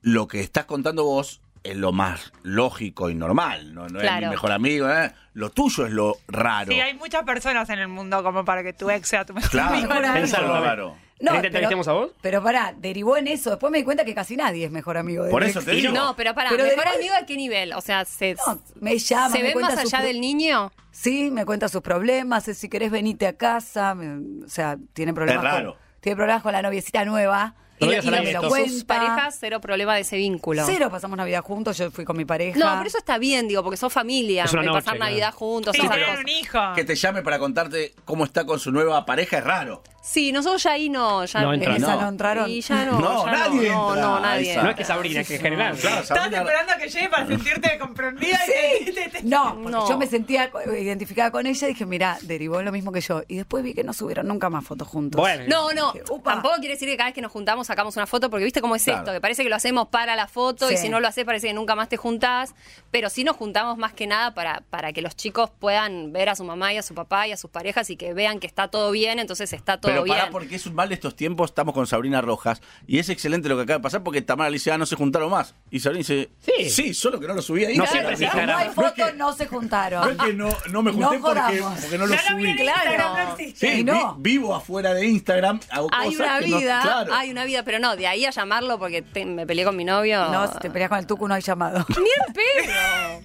[SPEAKER 2] lo que estás contando vos es lo más lógico y normal. No, no es
[SPEAKER 3] Claro.
[SPEAKER 2] mi mejor amigo. ¿eh? Lo tuyo es lo raro.
[SPEAKER 5] Sí, hay muchas personas en el mundo como para que tu ex sea tu mejor
[SPEAKER 2] Claro,
[SPEAKER 5] amigo.
[SPEAKER 2] eso es
[SPEAKER 4] Pensalo,
[SPEAKER 2] lo
[SPEAKER 4] a ver.
[SPEAKER 2] raro.
[SPEAKER 6] No,
[SPEAKER 4] ¿Querés que te entrevistemos a vos?
[SPEAKER 6] Pero pará, derivó en eso. Después me di cuenta que casi nadie es mejor amigo de
[SPEAKER 2] Por
[SPEAKER 6] mi
[SPEAKER 2] eso
[SPEAKER 6] ex.
[SPEAKER 2] te
[SPEAKER 3] Y
[SPEAKER 2] digo.
[SPEAKER 3] no, pero para,
[SPEAKER 6] Pero
[SPEAKER 3] mejor
[SPEAKER 6] después-
[SPEAKER 3] amigo a qué nivel? O sea, se,
[SPEAKER 6] No, me llama,
[SPEAKER 3] ¿se
[SPEAKER 6] me
[SPEAKER 3] ven
[SPEAKER 6] cuenta
[SPEAKER 3] más
[SPEAKER 6] sus
[SPEAKER 3] allá
[SPEAKER 6] pro-
[SPEAKER 3] del niño.
[SPEAKER 6] Sí, me cuenta sus problemas, es si querés venite a casa, me- o sea, tiene problemas.
[SPEAKER 2] Es raro.
[SPEAKER 6] Con, tiene problemas con la noviecita nueva.
[SPEAKER 4] No
[SPEAKER 6] Y,
[SPEAKER 4] digas
[SPEAKER 6] y
[SPEAKER 4] a nadie
[SPEAKER 6] me lo
[SPEAKER 4] esto.
[SPEAKER 3] Con sus
[SPEAKER 6] cuenta.
[SPEAKER 3] parejas, cero problema de ese vínculo.
[SPEAKER 6] Cero, pasamos Navidad juntos, yo fui con mi pareja.
[SPEAKER 3] No, pero eso está bien, digo, porque sos familia.
[SPEAKER 4] Es una
[SPEAKER 3] de
[SPEAKER 4] noche,
[SPEAKER 3] pasar
[SPEAKER 4] claro.
[SPEAKER 3] Navidad juntos.
[SPEAKER 5] Sí,
[SPEAKER 3] esas
[SPEAKER 5] tienen
[SPEAKER 3] cosas.
[SPEAKER 5] un hijo.
[SPEAKER 2] Que te llame para contarte cómo está con su nueva pareja es raro.
[SPEAKER 3] Sí, nosotros ya ahí no. Ya
[SPEAKER 4] No
[SPEAKER 6] en
[SPEAKER 4] entra,
[SPEAKER 6] esa
[SPEAKER 2] no.
[SPEAKER 6] no entraron.
[SPEAKER 3] Y ya no.
[SPEAKER 2] No,
[SPEAKER 3] ya
[SPEAKER 2] nadie
[SPEAKER 3] No,
[SPEAKER 2] entra
[SPEAKER 3] no,
[SPEAKER 2] a
[SPEAKER 3] nadie.
[SPEAKER 2] esa.
[SPEAKER 4] No es que Sabrina, que en general.
[SPEAKER 2] Claro,
[SPEAKER 5] Estás
[SPEAKER 2] Sabrina-
[SPEAKER 5] esperando a que llegue para sentirte comprendida y te- te- te-
[SPEAKER 6] No, porque
[SPEAKER 3] No.
[SPEAKER 6] yo me sentía co- identificada con ella y dije, mira, derivó en lo mismo que yo. Y después vi que no subieron nunca más fotos juntos.
[SPEAKER 4] Bueno.
[SPEAKER 3] No, no,
[SPEAKER 6] Dije, upa.
[SPEAKER 3] tampoco quiere decir que cada vez que nos juntamos sacamos una foto, porque viste cómo es
[SPEAKER 2] Claro.
[SPEAKER 3] esto, que parece que lo hacemos para la foto y
[SPEAKER 6] Sí.
[SPEAKER 3] si no lo haces parece que nunca más te juntás, pero sí nos juntamos más que nada para, para que los chicos puedan ver a su mamá y a su papá y a sus parejas y que vean que está todo bien, entonces está todo
[SPEAKER 2] Pero
[SPEAKER 3] bien.
[SPEAKER 2] pará, porque es un mal de estos tiempos. Estamos con Sabrina Rojas y es excelente lo que acaba de pasar porque Tamara le dice, ah, no se juntaron más. Y Sabrina dice, sí,
[SPEAKER 4] Sí.
[SPEAKER 2] solo que no lo subí ahí.
[SPEAKER 4] No
[SPEAKER 2] Claro,
[SPEAKER 4] siempre se
[SPEAKER 2] claro.
[SPEAKER 6] No hay
[SPEAKER 4] Instagram.
[SPEAKER 2] No es que-
[SPEAKER 6] fotos, no se
[SPEAKER 2] No es
[SPEAKER 6] juntaron.
[SPEAKER 2] que no, no me
[SPEAKER 6] No
[SPEAKER 2] junté porque,
[SPEAKER 6] jodamos.
[SPEAKER 2] porque no lo
[SPEAKER 5] No lo vi
[SPEAKER 2] subí.
[SPEAKER 5] en Instagram,
[SPEAKER 3] Claro.
[SPEAKER 5] no existe.
[SPEAKER 2] Sí,
[SPEAKER 6] Y no.
[SPEAKER 2] vi- vivo afuera de Instagram. hago
[SPEAKER 3] hay
[SPEAKER 2] cosas
[SPEAKER 3] una
[SPEAKER 2] que no-
[SPEAKER 3] vida,
[SPEAKER 2] claro.
[SPEAKER 3] hay una vida vida, pero no, de ahí a llamarlo porque te- me peleé con mi novio.
[SPEAKER 6] No, si te peleas con el tucu no hay llamado.
[SPEAKER 3] Ni en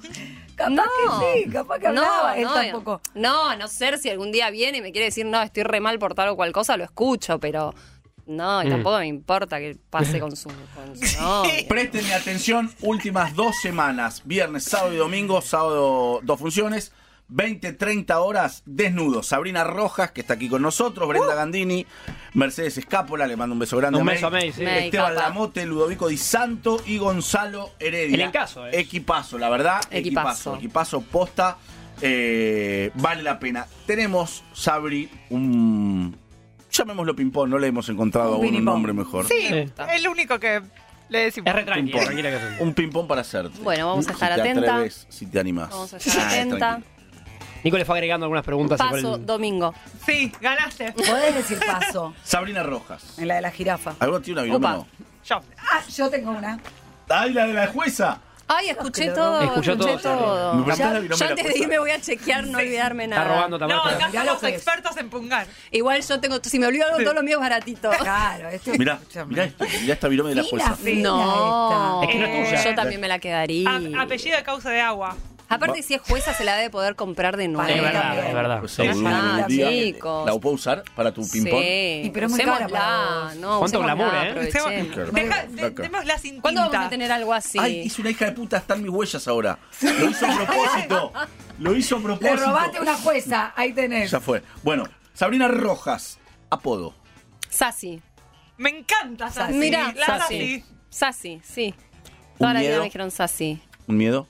[SPEAKER 3] pedo.
[SPEAKER 6] capaz
[SPEAKER 3] no.
[SPEAKER 6] que sí, capaz que hablaba. Él tampoco.
[SPEAKER 3] No, a no ser si algún día viene y me quiere decir, no, estoy re mal por tal o cual cosa, lo escucho, pero no, y
[SPEAKER 4] Mm.
[SPEAKER 3] tampoco me importa que pase con su, con su novio.
[SPEAKER 2] Prestenme atención, últimas dos semanas, viernes, sábado y domingo, sábado dos funciones, 20, 30 horas desnudos. Sabrina Rojas, que está aquí con nosotros,
[SPEAKER 3] Uh.
[SPEAKER 2] Brenda Gandini, Mercedes Escápola, le mando un beso grande.
[SPEAKER 4] Un beso a May, sí.
[SPEAKER 3] May.
[SPEAKER 2] Esteban
[SPEAKER 3] capa.
[SPEAKER 2] Lamote, Ludovico Di Santo y Gonzalo Heredia.
[SPEAKER 4] El encaso, eh.
[SPEAKER 2] Equipazo, la verdad. Equipazo.
[SPEAKER 3] Equipazo.
[SPEAKER 2] Equipazo, posta. eh, vale la pena. Tenemos, Sabri, un... Llamémoslo ping-pong, no le hemos encontrado
[SPEAKER 6] Un
[SPEAKER 2] aún un
[SPEAKER 6] ping-pong.
[SPEAKER 2] nombre mejor.
[SPEAKER 5] Sí,
[SPEAKER 4] Sí.
[SPEAKER 5] el único que le decimos.
[SPEAKER 4] Es re tranqui,
[SPEAKER 2] Ping-pong.
[SPEAKER 4] tranquila que son.
[SPEAKER 2] Un ping-pong para hacerte.
[SPEAKER 3] Bueno, vamos a
[SPEAKER 2] Si
[SPEAKER 3] estar
[SPEAKER 2] te
[SPEAKER 3] atenta.
[SPEAKER 2] atreves, si te animás.
[SPEAKER 3] Vamos a estar
[SPEAKER 2] Ah,
[SPEAKER 3] atenta.
[SPEAKER 2] tranquila.
[SPEAKER 4] Nico le fue agregando algunas preguntas. y
[SPEAKER 3] Paso,
[SPEAKER 4] con el-
[SPEAKER 3] domingo.
[SPEAKER 5] Sí, ganaste.
[SPEAKER 6] Podés decir paso
[SPEAKER 2] Sabrina Rojas.
[SPEAKER 6] en la de la jirafa.
[SPEAKER 2] ¿Alguno tiene una
[SPEAKER 3] Opa.
[SPEAKER 2] viroma? No.
[SPEAKER 5] Yo.
[SPEAKER 6] Ah, yo tengo una.
[SPEAKER 2] ¡Ay, la de la jueza!
[SPEAKER 3] Ay, escuché
[SPEAKER 6] Escuchó
[SPEAKER 3] todo,
[SPEAKER 4] todo,
[SPEAKER 3] escuché todo.
[SPEAKER 4] Sabrina.
[SPEAKER 2] Me preguntás
[SPEAKER 3] Ya-
[SPEAKER 2] la virome
[SPEAKER 3] yo
[SPEAKER 2] de la
[SPEAKER 3] antes de
[SPEAKER 2] jueza.
[SPEAKER 3] irme voy a chequear, no olvidarme nada.
[SPEAKER 4] Está robando también.
[SPEAKER 5] No, acá
[SPEAKER 6] Mirá lo
[SPEAKER 5] somos
[SPEAKER 6] que es.
[SPEAKER 5] expertos en pungar.
[SPEAKER 3] Igual yo tengo, si me olvido algo, todo lo mío es baratito.
[SPEAKER 6] Claro, esto
[SPEAKER 2] Mirá,
[SPEAKER 6] escúchame.
[SPEAKER 2] mirá esto, mirá esta virome de la
[SPEAKER 6] Fila,
[SPEAKER 2] jueza.
[SPEAKER 6] fila
[SPEAKER 3] No,
[SPEAKER 6] esta.
[SPEAKER 4] Es que no es tuya. eh.
[SPEAKER 3] yo también me la quedaría.
[SPEAKER 5] A- apellido de causa de agua.
[SPEAKER 3] Aparte, si es jueza, se la debe poder comprar de nuevo.
[SPEAKER 4] Es verdad,
[SPEAKER 6] También.
[SPEAKER 4] es verdad.
[SPEAKER 2] Pues, seguro,
[SPEAKER 3] Ah,
[SPEAKER 2] un día
[SPEAKER 3] chicos.
[SPEAKER 2] ¿La puedo usar para tu ping-pong?
[SPEAKER 3] Sí.
[SPEAKER 6] Y pero es muy cara
[SPEAKER 3] Usémosla,
[SPEAKER 6] para vos.
[SPEAKER 3] no,
[SPEAKER 4] Cuánto
[SPEAKER 3] usémosla,
[SPEAKER 4] glamour, ¿eh?
[SPEAKER 3] aprovechemos.
[SPEAKER 2] Claro.
[SPEAKER 5] Deja, de,
[SPEAKER 2] Acá.
[SPEAKER 5] démosla sin
[SPEAKER 3] ¿Cuándo vamos
[SPEAKER 5] tinta.
[SPEAKER 3] a tener algo así?
[SPEAKER 2] Ay, hice una hija de puta, están mis huellas ahora. Lo hizo a propósito. Lo hizo a propósito.
[SPEAKER 6] Le robaste una jueza, ahí tenés.
[SPEAKER 2] Ya fue. Bueno, Sabrina Rojas, apodo.
[SPEAKER 3] Sassi.
[SPEAKER 5] Me encanta Sassy.
[SPEAKER 3] Mirá,
[SPEAKER 5] la
[SPEAKER 3] Sassi.
[SPEAKER 5] Sassy.
[SPEAKER 3] Sassi, sí.
[SPEAKER 2] ¿Un
[SPEAKER 3] Toda la vida
[SPEAKER 2] miedo?
[SPEAKER 3] me dijeron Sassi.
[SPEAKER 2] ¿Un miedo?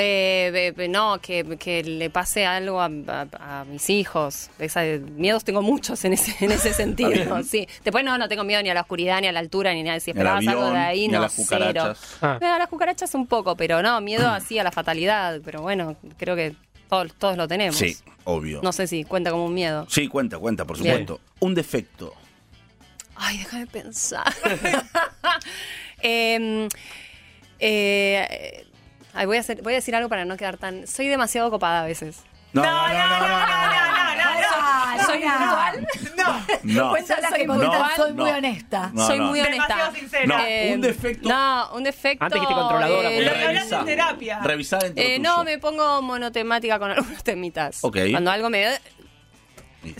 [SPEAKER 3] Eh, be- be- no, que, que le pase algo a, a- a mis hijos. Esa- miedos tengo muchos en ese, en ese sentido.
[SPEAKER 2] bien.
[SPEAKER 3] sí. Después no, no tengo miedo ni a la oscuridad, ni a la altura, ni nada. Si
[SPEAKER 2] Ni al
[SPEAKER 3] esperabas algo
[SPEAKER 2] avión,
[SPEAKER 3] de ahí,
[SPEAKER 2] ni
[SPEAKER 3] no
[SPEAKER 2] a las cucarachas. Mm.
[SPEAKER 3] cero.
[SPEAKER 4] Ah.
[SPEAKER 3] Eh, A las cucarachas un poco, pero no, miedo así a la fatalidad. Pero bueno, creo que todos, todos lo tenemos.
[SPEAKER 2] Sí, obvio.
[SPEAKER 3] No sé si cuenta como un miedo.
[SPEAKER 2] Sí, cuenta, cuenta, por supuesto. Un defecto.
[SPEAKER 3] Ay, déjame pensar. Em, eh, ay, voy, a hacer- voy a decir algo para no quedar tan. Soy demasiado copada a veces.
[SPEAKER 2] No, no, no, no, no,
[SPEAKER 6] Pará,
[SPEAKER 3] Soy
[SPEAKER 6] Nina.
[SPEAKER 3] puntual.
[SPEAKER 2] no. No.
[SPEAKER 6] Cuenta las que
[SPEAKER 3] Soy
[SPEAKER 6] contás,
[SPEAKER 2] puntual.
[SPEAKER 6] soy muy
[SPEAKER 2] No.
[SPEAKER 6] honesta.
[SPEAKER 2] No,
[SPEAKER 3] Soy
[SPEAKER 2] no.
[SPEAKER 3] muy honesta. Em,
[SPEAKER 5] Demasiado sincera.
[SPEAKER 2] No, un defecto-
[SPEAKER 3] No, un defecto.
[SPEAKER 4] Antes que te controladora,
[SPEAKER 5] Lo
[SPEAKER 3] Eh,
[SPEAKER 5] que hablaste en terapia.
[SPEAKER 2] Revisar dentro
[SPEAKER 3] eh,
[SPEAKER 2] tuyo.
[SPEAKER 3] no, me pongo monotemática con algunos temitas.
[SPEAKER 2] Ok.
[SPEAKER 3] Cuando algo me.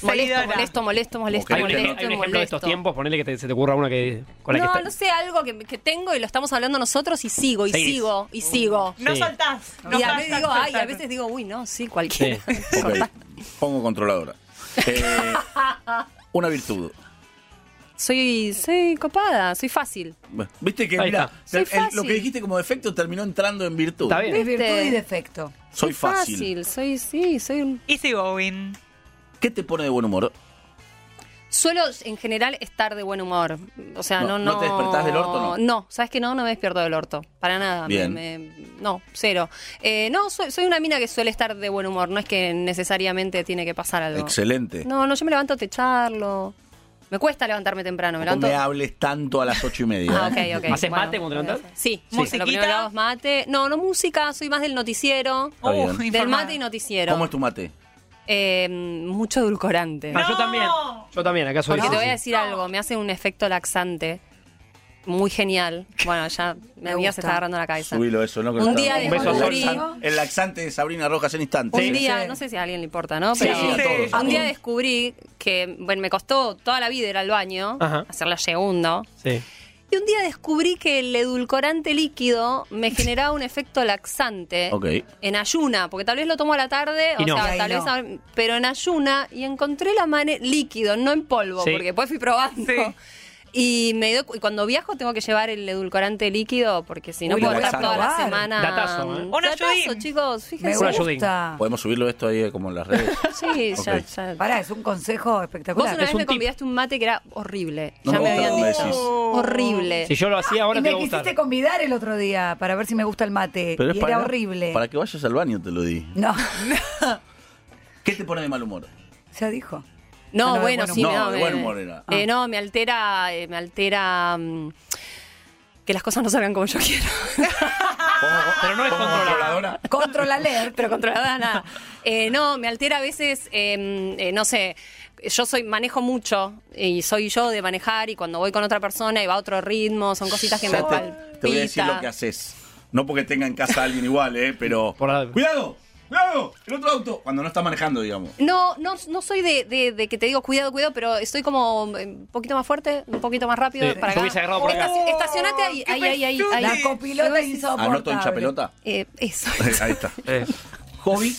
[SPEAKER 3] Molesto,
[SPEAKER 5] Seguidora.
[SPEAKER 3] molesto, molesto, molesto,
[SPEAKER 4] Hay
[SPEAKER 2] Ok,
[SPEAKER 4] un,
[SPEAKER 3] molesto,
[SPEAKER 4] ejemplo, hay un ejemplo de estos
[SPEAKER 3] molesto.
[SPEAKER 4] tiempos, ponele que te- se te ocurra una que con la
[SPEAKER 3] no,
[SPEAKER 4] que
[SPEAKER 3] no
[SPEAKER 4] está-
[SPEAKER 3] sé, algo que, que tengo y lo estamos hablando nosotros y sigo, y
[SPEAKER 4] Seguís.
[SPEAKER 3] sigo, y sigo.
[SPEAKER 5] No
[SPEAKER 4] Sí.
[SPEAKER 5] soltás. No
[SPEAKER 3] y a
[SPEAKER 5] soltás,
[SPEAKER 3] veces digo, ay, a
[SPEAKER 5] soltás.
[SPEAKER 3] veces digo, uy, no, sí, cualquiera.
[SPEAKER 2] Ok, Pongo controladora. Eh, una virtud.
[SPEAKER 3] Soy, soy copada, soy fácil.
[SPEAKER 2] Bueno, Viste que,
[SPEAKER 4] Ahí
[SPEAKER 2] mira,
[SPEAKER 4] está.
[SPEAKER 3] Soy
[SPEAKER 2] el- el- lo
[SPEAKER 3] fácil.
[SPEAKER 2] que dijiste como defecto terminó entrando en virtud.
[SPEAKER 4] Está bien.
[SPEAKER 6] Es virtud y defecto.
[SPEAKER 2] Soy fácil.
[SPEAKER 3] Soy, sí, soy un...
[SPEAKER 5] Easy going.
[SPEAKER 2] ¿Qué te pone de buen humor?
[SPEAKER 3] Suelo en general estar de buen humor. O sea,
[SPEAKER 2] No,
[SPEAKER 3] no, no.
[SPEAKER 2] ¿no te despertás del orto, no?
[SPEAKER 3] No, sabes que no, no me despierto del orto. Para nada. Me-
[SPEAKER 2] Bien.
[SPEAKER 3] me- no, cero. Eh, no, soy, soy una mina que suele estar de buen humor. No es que necesariamente tiene que pasar algo.
[SPEAKER 2] Excelente.
[SPEAKER 3] No, no, yo me levanto a techarlo. Me cuesta levantarme temprano, me
[SPEAKER 2] No
[SPEAKER 3] levanto.
[SPEAKER 2] me hables tanto a las ocho y media.
[SPEAKER 3] Ah,
[SPEAKER 2] ¿eh?
[SPEAKER 3] ok, ok.
[SPEAKER 4] ¿Haces mate cuando te levantás?
[SPEAKER 3] Sí,
[SPEAKER 4] Sí.
[SPEAKER 3] música. Lo primero que
[SPEAKER 5] ¿Musiquita?
[SPEAKER 3] hago es mate. No, no música, soy más del noticiero.
[SPEAKER 2] Está bien.
[SPEAKER 5] Uy,
[SPEAKER 3] Del
[SPEAKER 5] informada.
[SPEAKER 3] mate y noticiero.
[SPEAKER 2] ¿Cómo es tu mate?
[SPEAKER 3] Eh, mucho edulcorante.
[SPEAKER 4] Ah, yo también. Yo también, acá soy. este,
[SPEAKER 3] Porque
[SPEAKER 4] sí,
[SPEAKER 3] te voy a
[SPEAKER 4] sí.
[SPEAKER 3] decir algo, me hace un efecto laxante muy genial. Bueno, ya mi amiga
[SPEAKER 6] Me
[SPEAKER 3] se
[SPEAKER 6] gusta.
[SPEAKER 3] está agarrando la cabeza.
[SPEAKER 2] Subilo eso, ¿no? Que
[SPEAKER 3] Un
[SPEAKER 2] está-
[SPEAKER 3] día
[SPEAKER 4] Un beso a
[SPEAKER 3] descubrí,
[SPEAKER 4] Sol.
[SPEAKER 3] un
[SPEAKER 2] El laxante de Sabrina Rojas en instantes.
[SPEAKER 6] Sí,
[SPEAKER 3] día,
[SPEAKER 6] sí.
[SPEAKER 3] no sé si a alguien le importa, ¿no?
[SPEAKER 2] Sí,
[SPEAKER 3] Pero
[SPEAKER 2] sí, a todos, a
[SPEAKER 3] un día
[SPEAKER 2] todos.
[SPEAKER 3] descubrí que, bueno, me costó toda la vida ir al baño,
[SPEAKER 4] Ajá.
[SPEAKER 3] hacer la segundo.
[SPEAKER 4] Sí.
[SPEAKER 3] Y un día descubrí que el edulcorante líquido me generaba un efecto laxante
[SPEAKER 2] Ok.
[SPEAKER 3] en ayuna, porque tal vez lo tomo a la tarde,
[SPEAKER 4] Y
[SPEAKER 3] o
[SPEAKER 4] no.
[SPEAKER 3] sea,
[SPEAKER 6] Y
[SPEAKER 3] tal
[SPEAKER 6] ahí
[SPEAKER 3] vez,
[SPEAKER 6] no.
[SPEAKER 3] a- pero en ayuna y encontré la manera líquido, no en polvo,
[SPEAKER 4] Sí.
[SPEAKER 3] porque después fui probando.
[SPEAKER 5] Sí.
[SPEAKER 3] Y me doy cu- y cuando viajo tengo que llevar el edulcorante líquido porque si no
[SPEAKER 6] Uy,
[SPEAKER 2] lo
[SPEAKER 3] puedo
[SPEAKER 2] voy a
[SPEAKER 3] estar toda la
[SPEAKER 6] probar.
[SPEAKER 3] semana.
[SPEAKER 4] Datazo, ¿eh?
[SPEAKER 5] Un
[SPEAKER 3] Datazo,
[SPEAKER 5] ayudín.
[SPEAKER 3] chicos,
[SPEAKER 6] Me
[SPEAKER 3] fíjense.
[SPEAKER 4] Una ayudín.
[SPEAKER 6] gusta.
[SPEAKER 2] Podemos subirlo esto ahí eh, como en las redes.
[SPEAKER 3] Ah. Sí, ya,
[SPEAKER 2] Ok.
[SPEAKER 3] ya.
[SPEAKER 6] Pará, es un consejo
[SPEAKER 3] Vos
[SPEAKER 6] espectacular.
[SPEAKER 3] una vez
[SPEAKER 4] un
[SPEAKER 3] me
[SPEAKER 4] tip.
[SPEAKER 3] convidaste un mate que era horrible.
[SPEAKER 2] No
[SPEAKER 3] ya
[SPEAKER 2] me
[SPEAKER 3] me
[SPEAKER 2] gusta
[SPEAKER 3] habían
[SPEAKER 2] cuando
[SPEAKER 3] dicho.
[SPEAKER 2] decís.
[SPEAKER 3] Horrible.
[SPEAKER 4] Si yo lo hacía ahora
[SPEAKER 6] y
[SPEAKER 4] te
[SPEAKER 6] me
[SPEAKER 4] va a gustar.
[SPEAKER 6] quisiste convidar el otro día para ver si me gusta el mate.
[SPEAKER 2] Pero es
[SPEAKER 6] y
[SPEAKER 2] para-
[SPEAKER 6] era horrible.
[SPEAKER 2] Para que vayas al baño te lo di.
[SPEAKER 6] No,
[SPEAKER 2] ¿Qué te pone de mal humor?
[SPEAKER 6] ya dijo.
[SPEAKER 3] No,
[SPEAKER 6] Ah, no,
[SPEAKER 3] bueno,
[SPEAKER 6] de buen
[SPEAKER 3] sí,
[SPEAKER 2] humor.
[SPEAKER 3] no,
[SPEAKER 2] No, de
[SPEAKER 3] me-
[SPEAKER 2] buen humor era.
[SPEAKER 3] eh, no, me altera, eh, me altera mm, que las cosas no salgan como yo quiero.
[SPEAKER 4] Pero no es
[SPEAKER 3] Ah.
[SPEAKER 4] controladora.
[SPEAKER 6] Control alert.
[SPEAKER 3] Pero controlada nada. Eh, no, me altera a veces, eh, eh, no sé, yo soy manejo mucho y soy yo de manejar y cuando voy con otra persona y va a otro ritmo, son cositas que me
[SPEAKER 2] Ya te, te voy a decir
[SPEAKER 3] palpita.
[SPEAKER 2] lo que haces. No porque tenga en casa a alguien igual, ¿eh? Pero.
[SPEAKER 4] Por la-
[SPEAKER 2] ¡Cuidado! ¡Cuidado! El otro auto. Cuando no está manejando, digamos.
[SPEAKER 3] No, no, no soy de, de- de que te digo cuidado, cuidado, pero estoy como eh, un poquito más fuerte, un poquito más rápido.
[SPEAKER 4] Sí,
[SPEAKER 3] para acá. Este
[SPEAKER 4] yo hubiese agarrado por acá.
[SPEAKER 3] Estaci- estacionate ahí,
[SPEAKER 5] ¡Qué
[SPEAKER 3] ahí, ahí, ahí,
[SPEAKER 5] pestudo!
[SPEAKER 3] ahí.
[SPEAKER 6] La copilota
[SPEAKER 3] Ah,
[SPEAKER 6] insoportable.
[SPEAKER 2] ¿Anoto en chapelota?
[SPEAKER 3] Eh, eso.
[SPEAKER 2] Ahí está.
[SPEAKER 4] Eh,
[SPEAKER 2] Hobby.